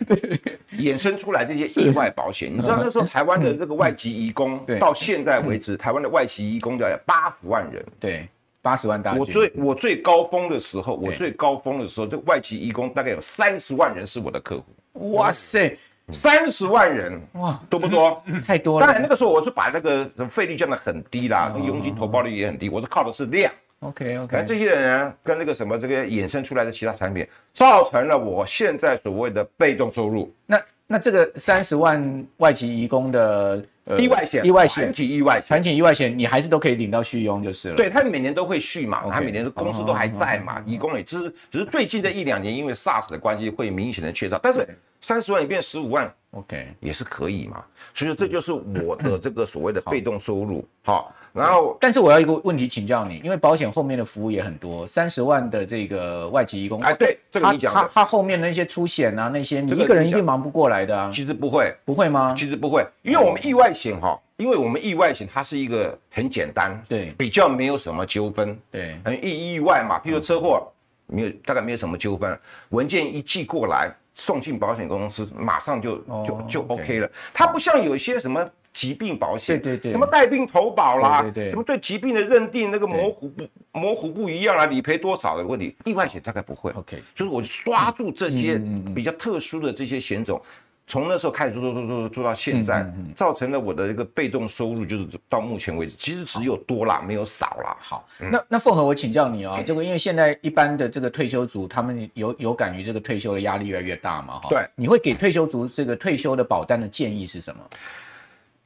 C: 衍生出来这些意外保险，你知道那时候台湾的这个外籍移工
A: 嗯对嗯
C: 到现在为止，台湾的外籍移工的八十万人。
A: 对，八十万大军。
C: 我最我最高峰的时候，我
A: 对
C: 最高峰的时候，这个外籍移工大概有三十万人是我的客户，
A: 哇塞，
C: 三十万人
A: 哇，
C: 多不多？
A: 太多
C: 当然，那
A: 了。
C: 个时候我是把那个费率降得很低啦，
A: 哦
C: 那个佣金投报率也很低，我是靠的是量。
A: OK
C: 可能
A: OK，
C: 这些人呢，跟那个什么这个衍生出来的其他产品，造成了我现在所谓的被动收入、
A: 那那这个三十万外籍移工的呃
C: 意外险、
A: 意外
C: 团
A: 险、
C: 体意外险。
A: 团体意外险，你还是都可以领到续佣就是了。
C: 对他每年都会续嘛，
A: OK 哦
C: 他每年的公司都还在嘛，义工也只是只是最近这一两年因为 SARS 的关系会明显的缺
A: 嗯
C: 少，但是
A: 对
C: 三十万也变十五万，
A: ，OK，
C: 也是可以嘛。所以说这就是我的这个所谓的被动收
A: 嗯
C: 入。好，然后
A: 但是我要一个问题请教你，因为保险后面的服务也很多，三十万的这个外籍义工，
C: 哎，对这个
A: 他
C: 你讲
A: 他
C: 的，
A: 他后面的那些出险啊，那些你
C: 这个
A: 一个人
C: 你
A: 一
C: 讲
A: 定忙不过来的啊，
C: 其实不会，
A: 不会吗？
C: 其实不会，
A: 嗯
C: 因为我们意外险哈，因为我们意外险它是一个很简单，
A: 对
C: 比较没有什么纠纷，
A: 对
C: 嗯，意意外嘛，譬如车祸，没有大概没有什么纠纷，文件一寄过来，送进保险公司，马上就就
A: 哦
C: 就
A: OK
C: OK 了。它不像有一些什么疾病保险，
A: 对对对
C: 什么带病投保啦，
A: 对对对
C: 什么对疾病的认定那个模糊不模糊不一样啦，理赔多少的问题，意外险大概不会。
A: ，OK，
C: 就是我抓住这些
A: 嗯嗯
C: 比较特殊的这些险种，从那时候开始做做做做做到现
A: 嗯
C: 在，造成了我的一个被动收入，就是到目前为止，其实只有多啦，没有少啦。
A: 好，那那凤和我请教你啊，
C: 嗯
A: 这个因为现在一般的这个退休族，他们有有感于这个退休的压力越来越大嘛，哈，
C: 对，
A: 你会给退休族这个退休的保单的建议是什
C: 嗯
A: 么？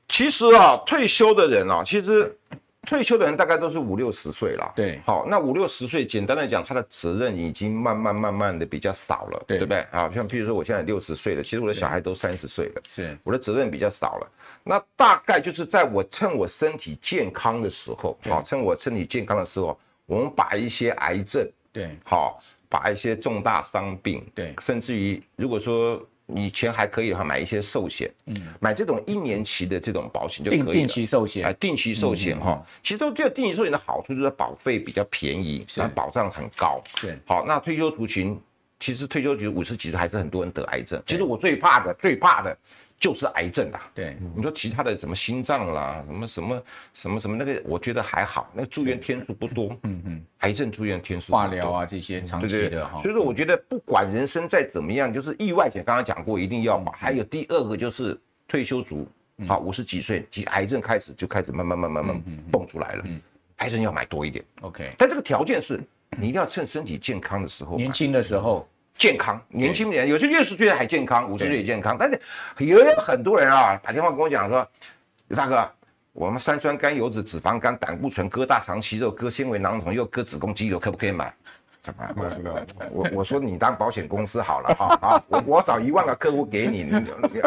C: 其实啊，退休的人啊，其实退休的人大概都是五六十岁啦。
A: 对
C: 好，那五六十岁，简单的讲，他的责任已经慢慢慢慢的比较少了，
A: 对
C: 对不对？啊，像譬如说我现在六十岁了，其实我的小孩都三十岁了，
A: 是
C: 我的责任比较少了。那大概就是在我趁我身体健康的时候，好，趁我身体健康的时候，我们把一些癌症，
A: 对
C: 好，把一些重大伤病，
A: 对
C: 甚至于如果说你钱还可以的话，买一些寿险，嗯，买这种一年期的这种保险就
A: 定
C: 可以
A: 定
C: 了。
A: 期嗯寿
C: 哎，
A: 险，
C: 定期寿险哈，其实都对定期寿险的好处就是保费比较便宜，
A: 是
C: 然后保障很高。
A: 对
C: 好，那退休族群，其实退休族五十几岁还是很多人得癌症。其实我最怕的，最怕的就是癌症啦。
A: 对
C: 你说其他的什么心脏啦，什么什么什么什么那个，我觉得还好，那个住院天数不多。嗯嗯，癌症住院天数不
A: 化
C: 多
A: 疗啊这些长
C: 嗯对
A: 期
C: 对
A: 的哈
C: 所，以说我觉得不管人生再怎么样，就是意外险，刚刚讲过一定要
A: 嗯
C: 保。还有第二个就是退休族，好五十几岁，其实癌症开始就开始慢慢慢慢慢
A: 嗯
C: 慢蹦出来了，癌症要买多一点，
A: ，OK，
C: 但这个条件是你一定要趁身体健康的时候
A: 年
C: 买。
A: 轻的时候，
C: 健康，年轻人有些六十岁还健康，五十岁也健康，但是也有很多人啊打电话跟我讲说，刘大哥。我们三酸甘油脂、脂肪肝、胆固醇、割大肠息肉、割纤维囊肿，又割子宫肌瘤，可不可以买？怎么？
B: 买不了。
C: 我我说你当保险公司好了哈啊，我我找一万个客户给你，你你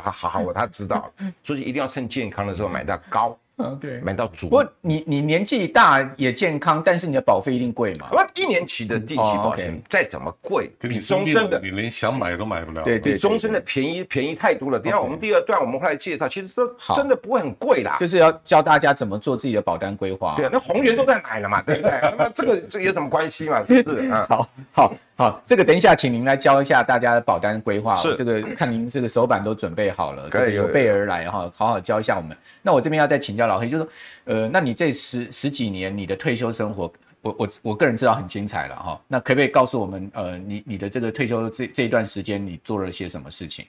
C: 好好好，我他知道了，所以一定要趁健康的时候买到高。
A: OK。
C: 买到足
A: 不。过你你年纪大也健康，但是你的保费一定贵嘛？
C: 那一年期的定期保
A: 哦
C: 险
A: ，OK
C: 再怎么贵，
B: 给你
C: 比
B: 生
C: 终
B: 病
C: 身
B: 了，
C: 的
B: 你连想买都买不了。
A: 对对
C: 比终身的便宜便宜太多了。等一下
A: OK
C: 我们第二段我们会来介绍，其实都
A: 好
C: 真的不会很贵啦。
A: 就是要教大家怎么做自己的保单规划。
C: 对啊，那红源都在买了嘛，对不对？ 那么这个这个有什么关系嘛？是不是？啊，
A: 好好好，这个等一下，请您来教一下大家的保单规划哦。
C: 是
A: 这个看您这个手板都准备好了，
C: 可
A: 这
C: 以
A: 个有
C: 可以。
A: 备而来哈，好好教一下我们。那我这边要再请教老黑，就是说，呃，那你这十十几年你的退休生活，我我我个人知道很精彩了哈。那可不可以告诉我们，呃，你你的这个退休这这一段时间你做了些什么事情？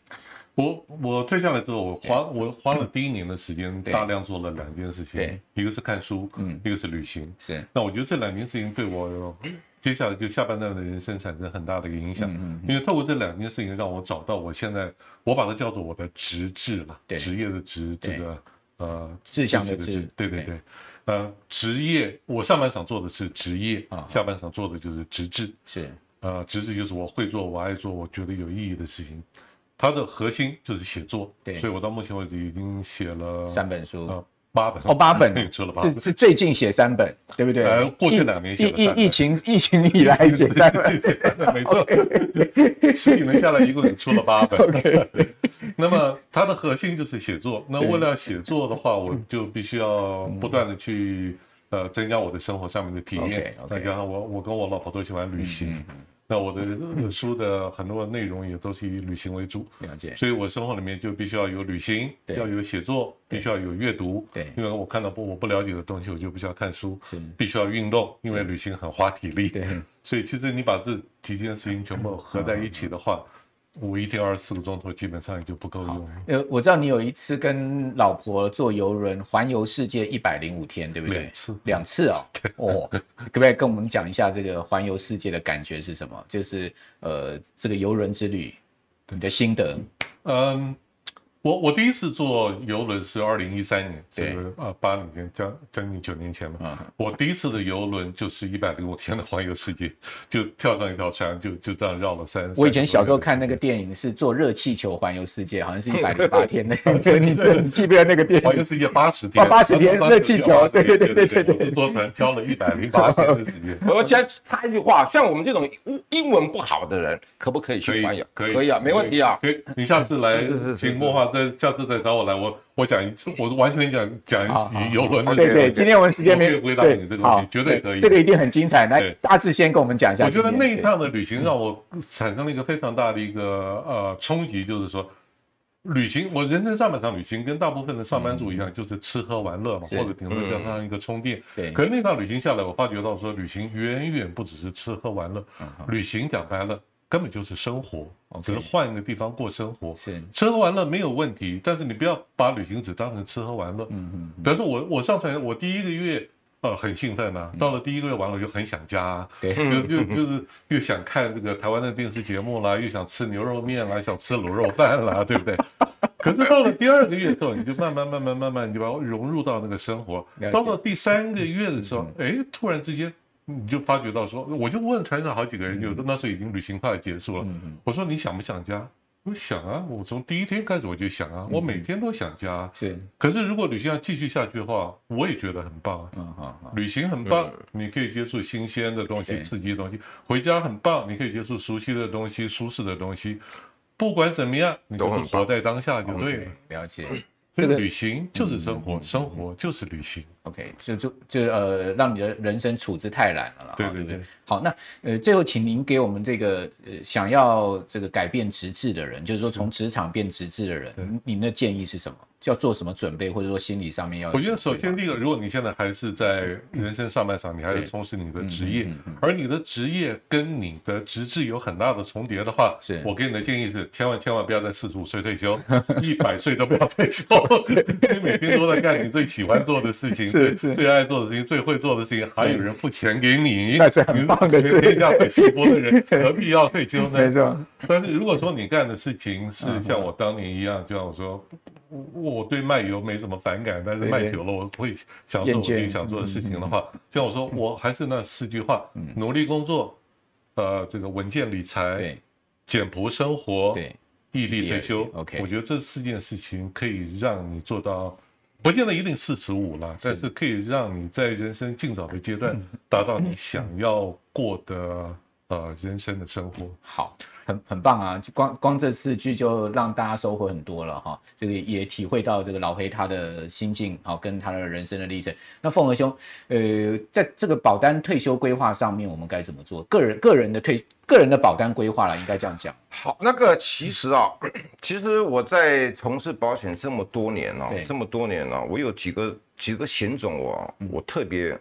B: 我我退下来之后，我花我花了第一年的时间，大量做了两件事
A: 对
B: 情，一个是看书，
A: 嗯
B: 嗯，一个是旅行。
A: 是，
B: 那我觉得这两件事情对我有接下来就下半段的人生产生很大的一个影响，
A: 嗯
B: 因为透过这两件事情让我找到我现在我把它叫做我的职志了，
A: 对
B: 职业的职，
A: 对
B: 这个呃
A: 志向的志
B: 对对
A: 对
B: 对。呃，职业，我上半场做的是职业
A: 啊，
B: 下半场做的就是职志。
A: 是
B: 呃，职志就是我会做，我爱做，我觉得有意义的事情。它的核心就是写作，
A: 对
B: 所以我到目前为止已经写了
A: 三本书。
B: 呃八本
A: 哦，八 本
B: 出了八本
A: 是，是最近写三本，对不对？
B: 呃过去
A: 疫
B: 两年写
A: 疫
B: 了
A: 疫
B: 三本
A: 疫情疫情以来写三 本
B: 没错，十几年下来一共也出了八本。
A: ，OK，
B: 那么它的核心就是写作。那为了写作的话，我就必须要不断的去呃增加我的生活上面的体验。
A: OK，OK 嗯
B: 再加上我我跟我老婆都喜欢旅行，那我的呃书的很多内容也都是以旅行为主。
A: 了解。
B: 所以我生活里面就必须要有旅行，
A: 对
B: 要有写作，必须要有阅读。
A: 对
B: 因为我看到不我不了解的东西，我就必须要看书。
A: 是
B: 必须要运动，因为旅行很花体力。
A: 对，
B: 所以其实你把这几件事情全部合在一起的话，
A: 嗯
B: 我一天二十四个钟头基本上也就不够用了。
A: 呃，我知道你有一次跟老婆坐游轮环游世界一百零五天，对不对？
B: 两次
A: 两次 哦，哦，可不可以跟我们讲一下这个环游世界的感觉是什么？就是呃，这个游轮之旅，你的心得。
B: 嗯，我我第一次坐游轮是二零一三年，
A: 对
B: 是呃八零年将将近九年前嘛。
A: 嗯
B: 我第一次的游轮就是一百零五天的环游世界，就跳上一条船，就就这样绕了三。
A: 我以前
B: 30多
A: 小时候
B: 个
A: 看那
B: 世界
A: 个电影是坐热气球环游世界，好像 是一百零八天的，对，你这你记不记得那个电
B: 环游
A: 影？
B: 世界八十天，
A: 哦80天热气球对对对对对对
B: 我是坐船漂了一百零八天的时 间
C: 我先插一句话，像我们这种英英文不好的人，可不可以
B: 可
C: 去
B: 以
C: 环游？，
B: 可以，
C: 可以啊，没问题啊。
B: 可以，你下次来
C: 是是是，是
B: 请莫华再下次再找我来，我我讲一次，我完全讲
A: 好好
B: 讲游轮的
A: 啊对
B: 事
A: 对，
B: 情。
A: 今天我们时间没
B: 我可以回答你这
A: 对，
B: 个问题
A: 好，
B: 绝对可以
A: 这个一定很精彩。来
B: 对，
A: 大致先跟我们讲一下
B: 我
A: 今
B: 觉
A: 天。
B: 得那一
A: 对嗯
B: 趟的旅行让我产生了一个非常大的一个呃冲击，就是说，旅行我人生上半场旅行跟大部分的上班族一样，就是吃喝玩乐嘛，
A: 嗯是嗯
B: 或者顶多加上一个充电。
A: 对
B: 可是那趟旅行下来，我发觉到说，旅行远远不只是吃喝玩乐，
A: 啊
B: 旅行讲白了根本就是生活，
A: 嗯 OK
B: 只是换一个地方过生活。
A: 是，
B: 吃喝玩乐没有问题，但是你不要把旅行只当成吃喝玩乐。
A: 嗯嗯，
B: 比方说我我上船，我第一个月呃很兴奋啊，
A: 嗯
B: 到了第一个月完了我就很想家、啊，
A: 对
B: 就
C: 嗯
B: 就就是又想看这个台湾的电视节目啦，又想吃牛肉面啦，想吃卤肉 饭啦，对不对？可是到了第二个月之后，你就慢慢慢慢慢慢，你就把我融入到那个生活
A: 了解。嗯
B: 到了第三个月的时候，哎，突然之间。你就发觉到说，我就问船上好几个
A: 嗯
B: 人，有的那时候已经旅行快要结束了，我说你想不想家？我想啊，我从第一天开始我就想啊，我每天都想家啊、
A: 是，
B: 可是如果旅行要继续下去的话，我也觉得很棒啊。
A: 嗯好好，
B: 旅行很棒，你可以接触新鲜的东西、
A: 对
B: 刺激的东西；回家很棒，你可以接触熟悉的东西、舒适的东西。不管怎么样，你
C: 都
B: 就
C: 很
B: 是
C: 棒
B: 活在当下就对嗯了。
A: 了解。
B: 所以
A: 这个
B: 旅行就是生活，生活就是旅行。
A: OK，就就就呃，让你的人生处之泰然了啦，
B: 对
A: 哈
B: 对
A: 不对
B: 对？
A: 好，那呃，最后请您给我们这个呃，想要这个改变职志的人，就是说从职场变职志的人，您您的建议是什么？要做什么准备，或者说心理上面要有
B: 我觉得
A: 什
B: 首
A: 么规划？
B: 先第一个，如果你现在还是在人生上半场，你还
A: 对嗯
B: 是从事你的职业，而你的职业跟你的职志有很大的重叠的话，
A: 是
B: 我给你的建议是，千万千万不要在四十五岁退休， 一百岁都不要退 休，所以每天都在干你最喜欢做的事情，
A: 是
B: 最
A: 是
B: 最爱做的事情，最会做的事情，还有人付钱给你，
A: 那是很棒的事
B: 你是天下最幸福 的人，何必要退休呢？
A: 没错，
B: 但是如果说你干的事情是
A: 嗯
B: 像我当年一样，就像我说，我我对卖油没什么反感，但是
A: 对对
B: 卖久了我会想做我自
A: 厌
B: 己
A: 倦
B: 想做的事情的话，
A: 嗯
B: 像我说，我还是那四句话：努力工作，呃，这个稳健理财，
A: 对
B: 简朴生活，
A: 对，
B: 毅力退
A: 毅
B: 休
A: 力。OK
B: 我觉得这四件事情可以让你做到不见得一定四十五啦，但是可以让你在人生尽早的阶
A: 嗯
B: 段达到你想要过的呃人生的生活。
A: 好，很很棒啊！就光光这四句就让大家收获很多了哈，这个也体会到这个老黑他的心境，好、跟他的人生的历程。那凤和兄，呃，在这个保单退休规划上面，我们该怎么做？个人个人的退个人的保单规划啦，应该这样讲。
C: 好，那个其实啊， 其实我在从事保险这么多年了、
A: 对
C: 这么多年了、哦我有几个几个险种我
A: 嗯
C: 我特别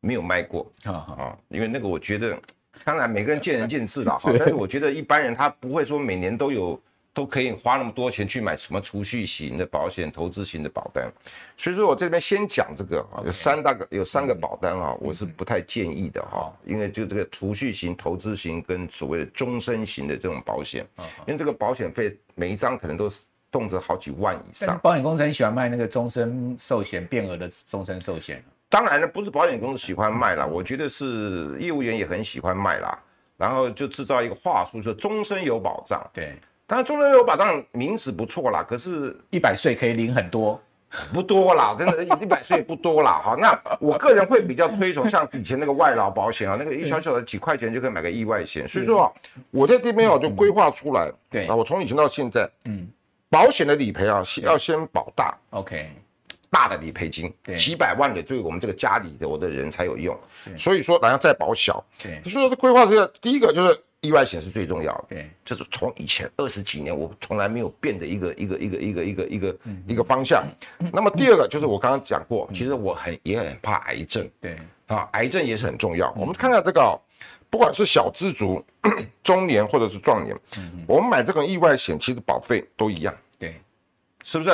C: 没有卖过
A: 哈哈，
C: 啊，因为那个我觉得，当然每个人见仁见智啦，哈但是我觉得一般人他不会说每年都有都可以花那么多钱去买什么储蓄型的保险、投资型的保单，所以说我这边先讲这个啊，有三大个有三个保单啊，我是不太建议的哈、因为就这个储蓄型、投资型跟所谓的终身型的这种保险，因为这个保险费每一张可能都是动辄好几万以
A: 但
C: 上
A: 是。保险公司很喜欢卖那个终身寿险变额的终身寿险，
C: 当然了，不是保险公司喜欢卖啦，我觉得是业务员也很喜欢卖啦。然后就制造一个话术，说终身有保障。
A: 对，
C: 当然，终身有保障名词不错啦，可是
A: 一百岁可以领很多。
C: 不多啦，真的，一百岁也不多啦。好，那我个人会比较推崇像以前那个外劳保险啊，那个一小小的几块钱就可以买个意外险。所以说啊，我在这边啊就规划出来，
A: 嗯对
C: 啊，我从以前到现在，
A: 嗯
C: 保险的理赔啊，是要先保大，
A: ，OK，
C: 大的理赔金
A: 对，
C: 几百万的对我们这个家里的我的人才有用
A: 是，
C: 所以说然后再保小。
A: 对
C: 所以说规划是第一个就是意外险是最重要的，
A: 对，
C: 这是从以前二十几年我从来没有变的一个一个一个一个一个一个
A: 嗯
C: 一个方向。那么第二个就是我刚刚讲过，其实我很也很怕癌症
A: 对，
C: 啊，癌症也是很重要。
A: 嗯
C: 我们看看这个哦，不管是小资族、 中年或者是壮年，
A: 嗯
C: 我们买这种意外险，其实保费都一样，
A: 对，
C: 是不是？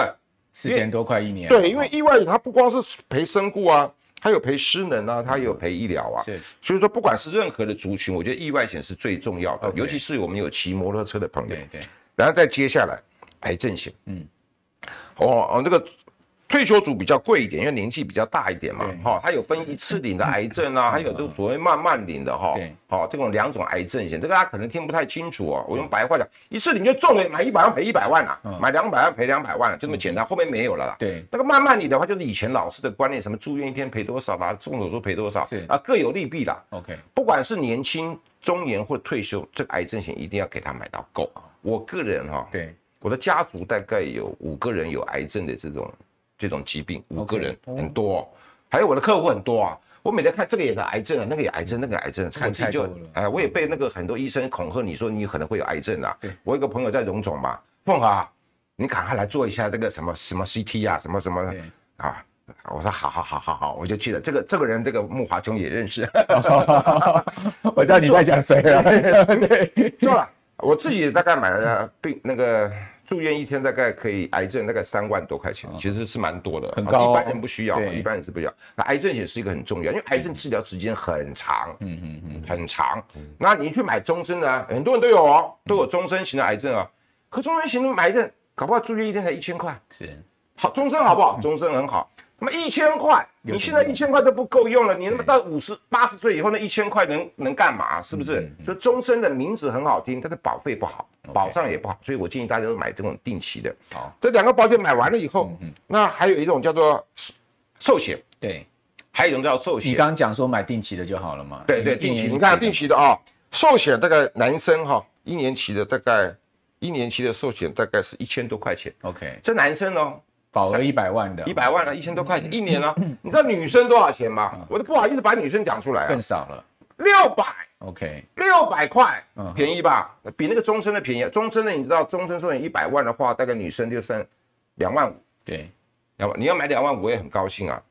A: 四千多块一年。
C: 对，因为意外险它不光是赔身故啊，它有赔失能啊，它也有赔医疗啊。
A: 哦是
C: 所以说，不管是任何的族群，我觉得意外险是最重要的，
A: OK
C: 尤其是我们有骑摩托车的朋友。
A: 对对，
C: 然后再接下来癌症险，
A: 嗯
C: 嗯，哦哦，这个退休族比较贵一点，因为年纪比较大一点嘛
A: 对，嗯
C: 哈、它有分一次领的癌症啊，还有这个所谓慢慢领的哈
A: 对，
C: 好、这种两种癌症险，这个大家可能听不太清楚哦。我
A: 嗯
C: 用白话讲，一次领就中了，买一百万赔一百万啊，买两百万赔两百万、啊，就这么
A: 嗯
C: 简单，后面没有了啦。
A: 对
C: 那个慢慢理的话，就是以前老师的观念，什么住院一天赔多少啦，动手术赔多少
A: 是，
C: 啊，各有利弊啦。
A: ，OK，
C: 不管是年轻、中年或退休，这个癌症险一定要给他买到够。我个人哈、
A: 对，
C: 我的家族大概有五个人有癌症的这种这种疾病，五个人
A: 哦
C: 很多、哦，还有我的客户很多啊。我每天看这个也是癌症啊，那个也癌症，那个癌症，
A: 看
C: 我自己就
A: 嗯太多了嗯
C: 哎，我也被那个很多医生恐吓，你说你可能会有癌症啊
A: 对。
C: 我有个朋友在荣总嘛，凤啊，你赶快来做一下这个什么什么 CT 啊，什么什么的
A: 对
C: 啊。我说好好好好好，我就去了。这个这个人，这个木华兄也认识，
A: 我知道你在讲谁 了。对，
C: 做了。 我自己大概买了病那个住院一天大概可以癌症大概三万多块钱，其实是蛮多的，
A: 啊
C: 啊
A: 很高哦
C: 一般人不需要，
A: 对
C: 一般人是不需要。那癌症也是一个很重要，因为癌症治疗时间很长，
A: 嗯嗯嗯，
C: 很长。那你去买终身的啊，很多人都有哦，都有终身型的癌症啊。可终身型的癌症，搞不好住院一天才一千块，
A: 是
C: 好，终身好不好？终身很好。那么一千块，
A: 嗯有
C: 你
A: 什
C: 现
A: 么
C: 在
A: 用
C: 一千块都不够用了，你那么
A: 对
C: 到五十八十岁以后，那一千块能能干嘛？是不是？所以终身的名字很好听，但是保费不好，
A: 嗯 OK
C: 保障也不好，所以我建议大家都买这种定期的。
A: 好，嗯
C: 这两个保险买完了以后，那还有一种叫做寿寿险，
A: 对
C: 还有一种叫寿
A: 你
C: 险。
A: 刚刚讲说买定期的就好了嘛。
C: 对对，
A: 一
C: 定期，
A: 年一
C: 你看
A: 次
C: 定期的啊，寿险大概男生哈、一年期的大概一年期的寿险大概是一千多块钱，
A: ，OK，
C: 这男生哦，
A: 保额一百万的，
C: 一百万啊，一千多块钱一年啊，你知道女生多少钱吗？我都不好意思把女生讲出来啊
A: 更，少了
C: 六百
A: ，OK，
C: 六百块
A: 嗯，
C: 便宜吧？比那个终身的便宜啊。终身的你知道，终身寿险一百万的话，大概女生就剩两万五，
A: 对，
C: 两万你要买两万五，我也很高兴 啊，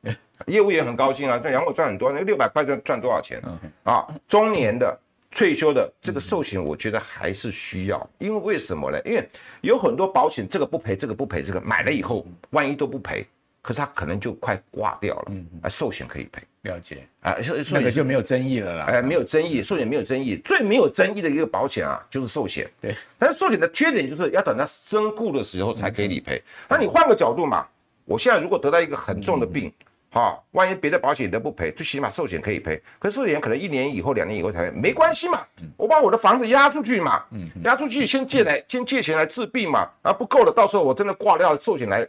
C: 业务也很高兴啊，这两万五赚很多，那六百块赚赚多少钱
A: 嗯，
C: 啊？中年的。退休的这个寿险，我觉得还是需要，因为为什么呢？因为有很多保险，这个不赔，这个不赔，这个买了以后
A: 嗯
C: 万一都不赔，可是他可能就快挂掉了，啊，寿险可以赔，
A: 了解，
C: 啊，寿寿
A: 嗯那个
C: 险
A: 就没有争议了啦。
C: 哎，没有争议，寿险没有争议，最没有争议的一个保险啊，就是寿险。
A: 对，
C: 但是寿险的缺点就是要等它身故的时候才可以理
A: 嗯
C: 赔。那你换个角度嘛，我现在如果得到一个很重的病，
A: 嗯
C: 哈、万一别的保险都不赔，最起码寿险可以赔。可是寿险可能一年以后、两年以后才没关系嘛，
A: 嗯
C: 我把我的房子押出去嘛，押出去先借来，先借钱来治病嘛，啊不够了，到时候我真的挂掉了寿险来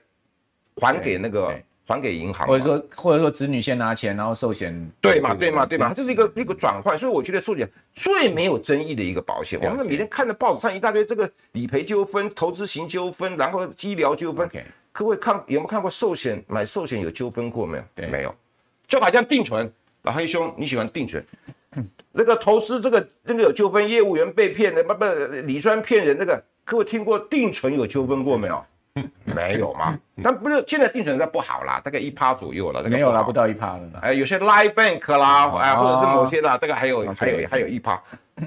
C: 还给那个
A: 对
C: 还给银行嘛，
A: 或者说或者说子女先拿钱，然后寿险
C: 啊
A: 嗯
C: 对嘛，对嘛，对嘛，它
A: 这
C: 就是一个一个转换，所以我觉得寿险最没有争议的一个保险。
A: 了解
C: 我们每天看的报纸上一大堆这个理赔纠纷、投资型纠纷，然后医疗纠纷。
A: OK
C: 各位看有没有看过寿险买寿险有纠纷过没有？
A: 对
C: 没有，就好像定存，老黑兄你喜欢定存，那个投资这个那个有纠纷，业务员被骗的，不不，李专骗人那个，各位听过定存有纠纷过没 有？没有嘛？但不是现在定存在不好啦，大概一趴左右了，大概
A: 没有
C: 不
A: 啦，
C: 好
A: 不到一趴了啦。
C: 哎，有些 Live Bank 啦，哎，或者是
A: 哦
C: 某些啦，这个还有
A: 哦
C: 还
A: 对
C: 有还有一趴。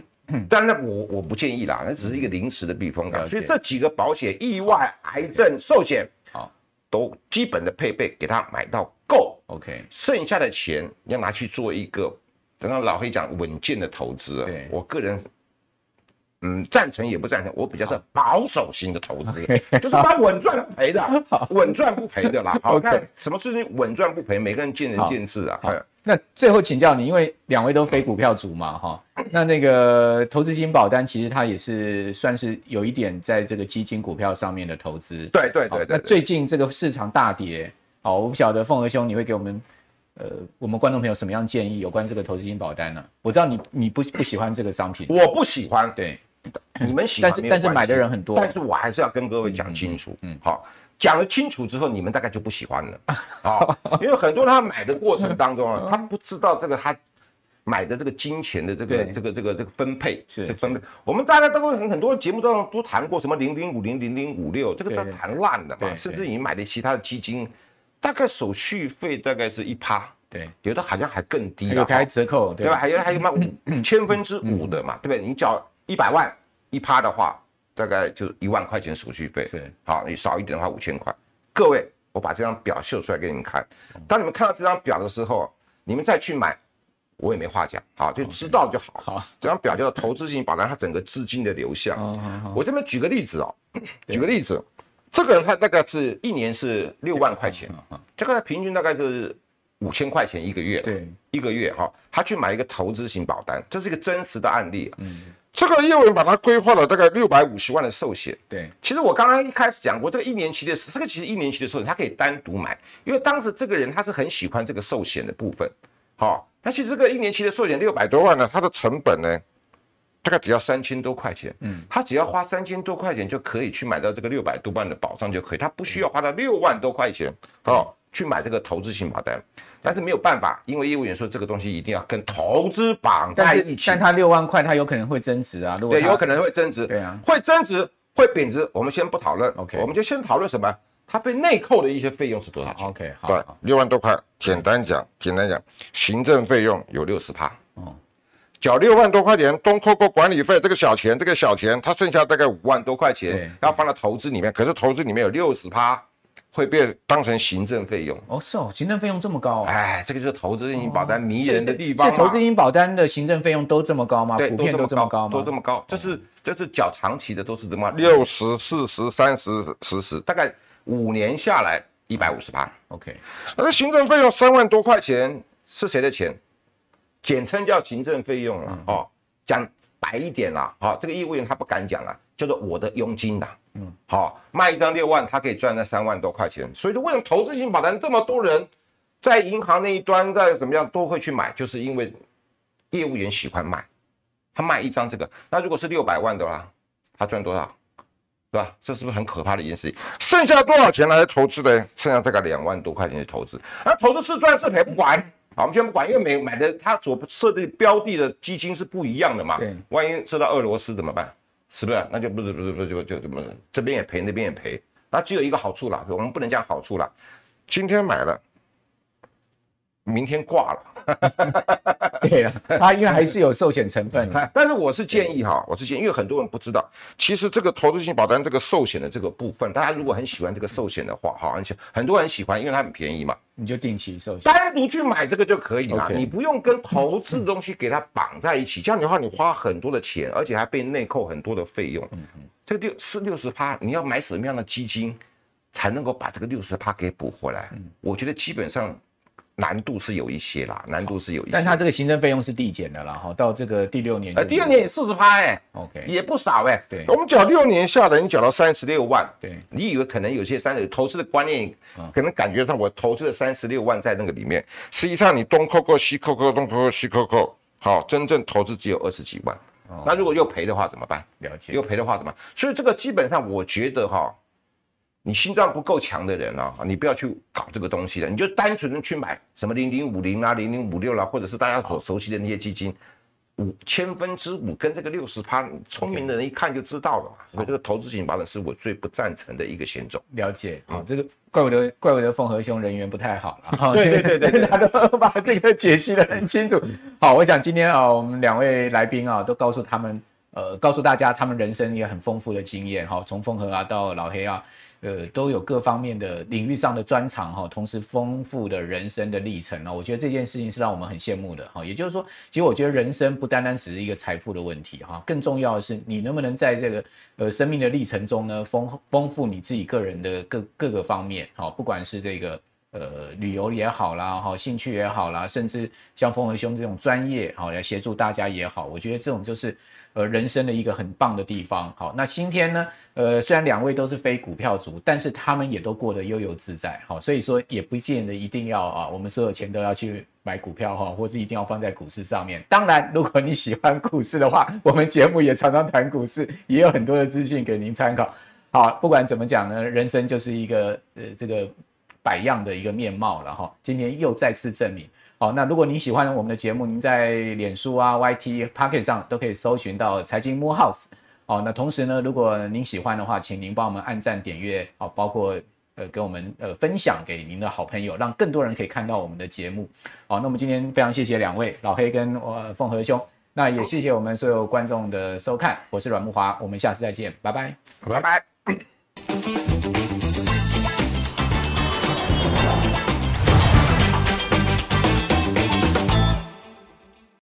C: 但那我我不建议啦，那只是一个临时的避风
A: 了
C: 港。
A: 解
C: 所以这几个保险，意外、癌症、寿险，
A: 好
C: 都基本的配备给他买到够，
A: ，OK，
C: 剩下的钱要拿去做一个，刚刚老黑讲稳健的投资啊
A: 对。
C: 我个人，嗯，赞成也不赞成，我比较是保守型的投资，就是把稳赚不 赔的，稳赚不赔的啦。好，
A: OK
C: 看什么事情稳赚不赔，每个人见仁
A: 好
C: 见智啊。
A: 好
C: 哎
A: 那最后请教你，因为两位都非股票族嘛，哈，那那个投资型保单其实它也是算是有一点在这个基金股票上面的投资。
C: 对对
A: 好
C: 对
A: 那
C: 对对，
A: 最近这个市场大跌，好，我不晓得凤和兄你会给我们，呃，我们观众朋友什么样建议有关这个投资型保单呢、我知道你你不不喜欢这个商品，
C: 我不喜欢，
A: 对，
C: 你们喜欢
A: 嗯但是
C: 没有
A: 但是
C: 关系
A: 买的人很多，
C: 但是我还是要跟各位讲清楚，
A: 嗯嗯嗯
C: 嗯，好。讲了清楚之后，你们大概就不 喜欢了，好，因为很多人他买的过程当中
A: 嗯
C: 啊，他不知道这个他买的这个金钱的这个
A: 对
C: 这个这个这个分配
A: 是
C: 这个分配，我们大家都会很很多节目当中都谈过什么零零五零零零五六，这个
A: 对
C: 都谈烂了
A: 对对
C: 嘛，甚至你买的其他的基金，大概手续费大概是一趴，
A: 对，
C: 有的好像还更低
A: 还哎
C: 了
A: 有，开折扣，对嗯
C: 对吧？还有还有嘛五千分之五的嘛，对不对？你缴一百万一趴的话，大概就一万块钱手续费。
A: 是
C: 好，你少一点的话五千块。各位，我把这张表秀出来给你们看。当你们看到这张表的时候，你们再去买，我也没话讲，好就知道就好。
A: 好，
C: 这张表叫做投资性保单，它整个资金的流向。
A: 哦，好好，
C: 我这边举个例子哦， 举个例子，这个人他大概是一年是六万块钱，
A: 好好
C: 这个平均大概就是五千块钱一个月。。
A: 嗯对，
C: 一个月哈、他去买一个投资型保单，这是一个真实的案例。啊
A: 嗯，
C: 这个业务员把他规划了大概六百五十万的寿险。
A: 对，
C: 其实我刚刚一开始讲过，这个一年期的，这个其实一年期的寿险，他可以单独买，因为当时这个人他是很喜欢这个寿险的部分，好、那其实这个一年期的寿险六百多万呢，它的成本呢，大概只要三千多块钱，
A: 嗯
C: 嗯，他只要花三千多块钱就可以去买到这个六百多万的保障就可以，他不需要花到六万多块钱
A: 嗯
C: 哦去买这个投资型保单，但是没有办法，因为业务员说这个东西一定要跟投资绑在
A: 但
C: 一
A: 是
C: 起
A: 但，它六万块，它有可能会增值啊，如果
C: 对，
A: 它
C: 有可能会增值，
A: 对啊，
C: 会增值会贬值，我们先不讨论
A: OK
C: 我们就先讨论什么？它被内扣的一些费用是多少钱？
A: ，OK，好，
D: 对
A: 好，
D: 六万多块，简单讲，简单讲，行政费用有六十趴，
A: 哦，
D: 缴六万多块钱，东扣扣管理费，这个小钱，这个小钱，它剩下大概五
C: 五万多块
A: 对
C: 钱要放到投资里面，可是投资里面有六十趴会被当成行政费用。
A: 哦，是哦，行政费用这么高哦。哦
C: 哎，这个就是投资型保单迷
A: 所以
C: 人的
A: 是
C: 地方
A: 所以投资
C: 嘛。
A: 型保单的行政费用都这么高吗？
C: 对，
A: 啊普遍都
C: 都
A: 这
C: 这
A: 么
C: 么
A: 高
C: 高，
A: 吗哦
C: 都？这么高，这是这是缴长期的，都是这么六，
D: 六十、四十、三十、十十，
C: 大概五年下来一百五十趴。
A: OK，
C: 那这行政费用三万多块钱是谁的钱？简称叫行政费用了、
A: 嗯
C: 哦。讲白一点啦，好、这个业务员他不敢讲啊，叫做我的佣金呐、嗯，好、卖一张六万，他可以赚那三万多块钱。所以说，为什么投资型保单这么多人在银行那一端，在怎么样都会去买，就是因为业务员喜欢卖，他卖一张这个，那如果是六百万的话，他赚多少？对吧？这是不是很可怕的一件事情？
D: 剩下多少钱来投资的？
C: 剩下大概两万多块钱去投资，而投资是赚是赔不管。好，我们先不管，因为每买的它所设定标的的基金是不一样的嘛。
A: 对
C: 万一涉到俄罗斯怎么办？是不是？那就不是不是不是就就怎么这边也赔那边也赔，那只有一个好处了，我们不能讲好处了，
D: 今天买了，
C: 明天挂了。
A: 对了，它因为还是有寿险成分的。
C: 哎但是我是建议哈，我是建议，因为很多人不知道，其实这个投资型保单这个寿险的这个部分，大家如果很喜欢这个寿险的话，哈，很喜很多人喜欢，因为它很便宜嘛。
A: 你就定期寿险。
C: 单独去买这个就可以了
A: OK
C: 你不用跟投资的东西给它绑在一起，这样的话你花很多的钱，而且还被内扣很多的费用。
A: 嗯
C: 这个六四六十趴，你要买什
A: 嗯
C: 么样的基金才能够把这个六十趴给补回来？我觉得基本上难度是有一些啦，难度是有一些。
A: 但它这个行政费用是递减的啦，哈，到这个第六年就
C: 呃，第二年也四十趴哎，
A: ，OK，
C: 也不少哎。
A: 对
C: 我们缴六年下来，你缴到三十六万，
A: 对，
C: 你以为可能有些三投资的观念，
A: 嗯
C: 可能感觉上我投资了三十六万在那个里面，实际上你东扣扣西扣扣，东扣扣西扣扣，好，真正投资只有二十几万。
A: 哦
C: 那如果又赔的话怎么办？
A: 了解
C: 又，赔的话怎么办？所以这个基本上我觉得哈，你心脏不够强的人啊，你不要去搞这个东西了，你就单纯的去买什么零零五零啊啦、零零五六啦，或者是大家所熟悉的那些基金。五千分之五跟这个六十趴，聪明的人一看就知道了嘛。所以这个投资型保险是我最不赞成的一个险种。
A: 了解，好，
C: 嗯
A: 这个怪不得怪不得凤和兄人缘不太好了，哈
C: 对对对对，
A: 他都把这个解析的很清楚。好，我想今天啊，我们两位来宾啊，都告诉他们，呃，告诉大家他们人生也很丰富的经验，哈，从凤和啊到老黑啊，呃，都有各方面的领域上的专长哈，同时丰富的人生的历程啊，我觉得这件事情是让我们很羡慕的哈。也就是说，其实我觉得人生不单单只是一个财富的问题哈，更重要的是你能不能在这个呃生命的历程中呢，丰丰富你自己个人的各各个方面哈，不管是这个。呃，旅游也好啦，哈，兴趣也好啦，甚至像风和兄这种专业，好来协助大家也好，我觉得这种就是呃人生的一个很棒的地方。好，那今天呢，呃，虽然两位都是非股票族，但是他们也都过得悠游自在，好，所以说也不见得一定要啊，我们所有钱都要去买股票哈，或是一定要放在股市上面。当然，如果你喜欢股市的话，我们节目也常常谈股市，也有很多的资讯给您参考。好，不管怎么讲呢，人生就是一个呃这个百样的一个面貌了哈。今天又再次证明。好，那如果您喜欢我们的节目，您在脸书啊、YT、Pocket 上都可以搜寻到财经摸 House。哦，那同时呢，如果您喜欢的话，请您帮我们按赞、点阅，哦，包括呃给我们呃分享给您的好朋友，让更多人可以看到我们的节目。好，那我们今天非常谢谢两位老黑跟呃凤和兄，那也谢谢我们所有观众的收看，我是阮木华，我们下次再见，拜拜。
C: 拜拜。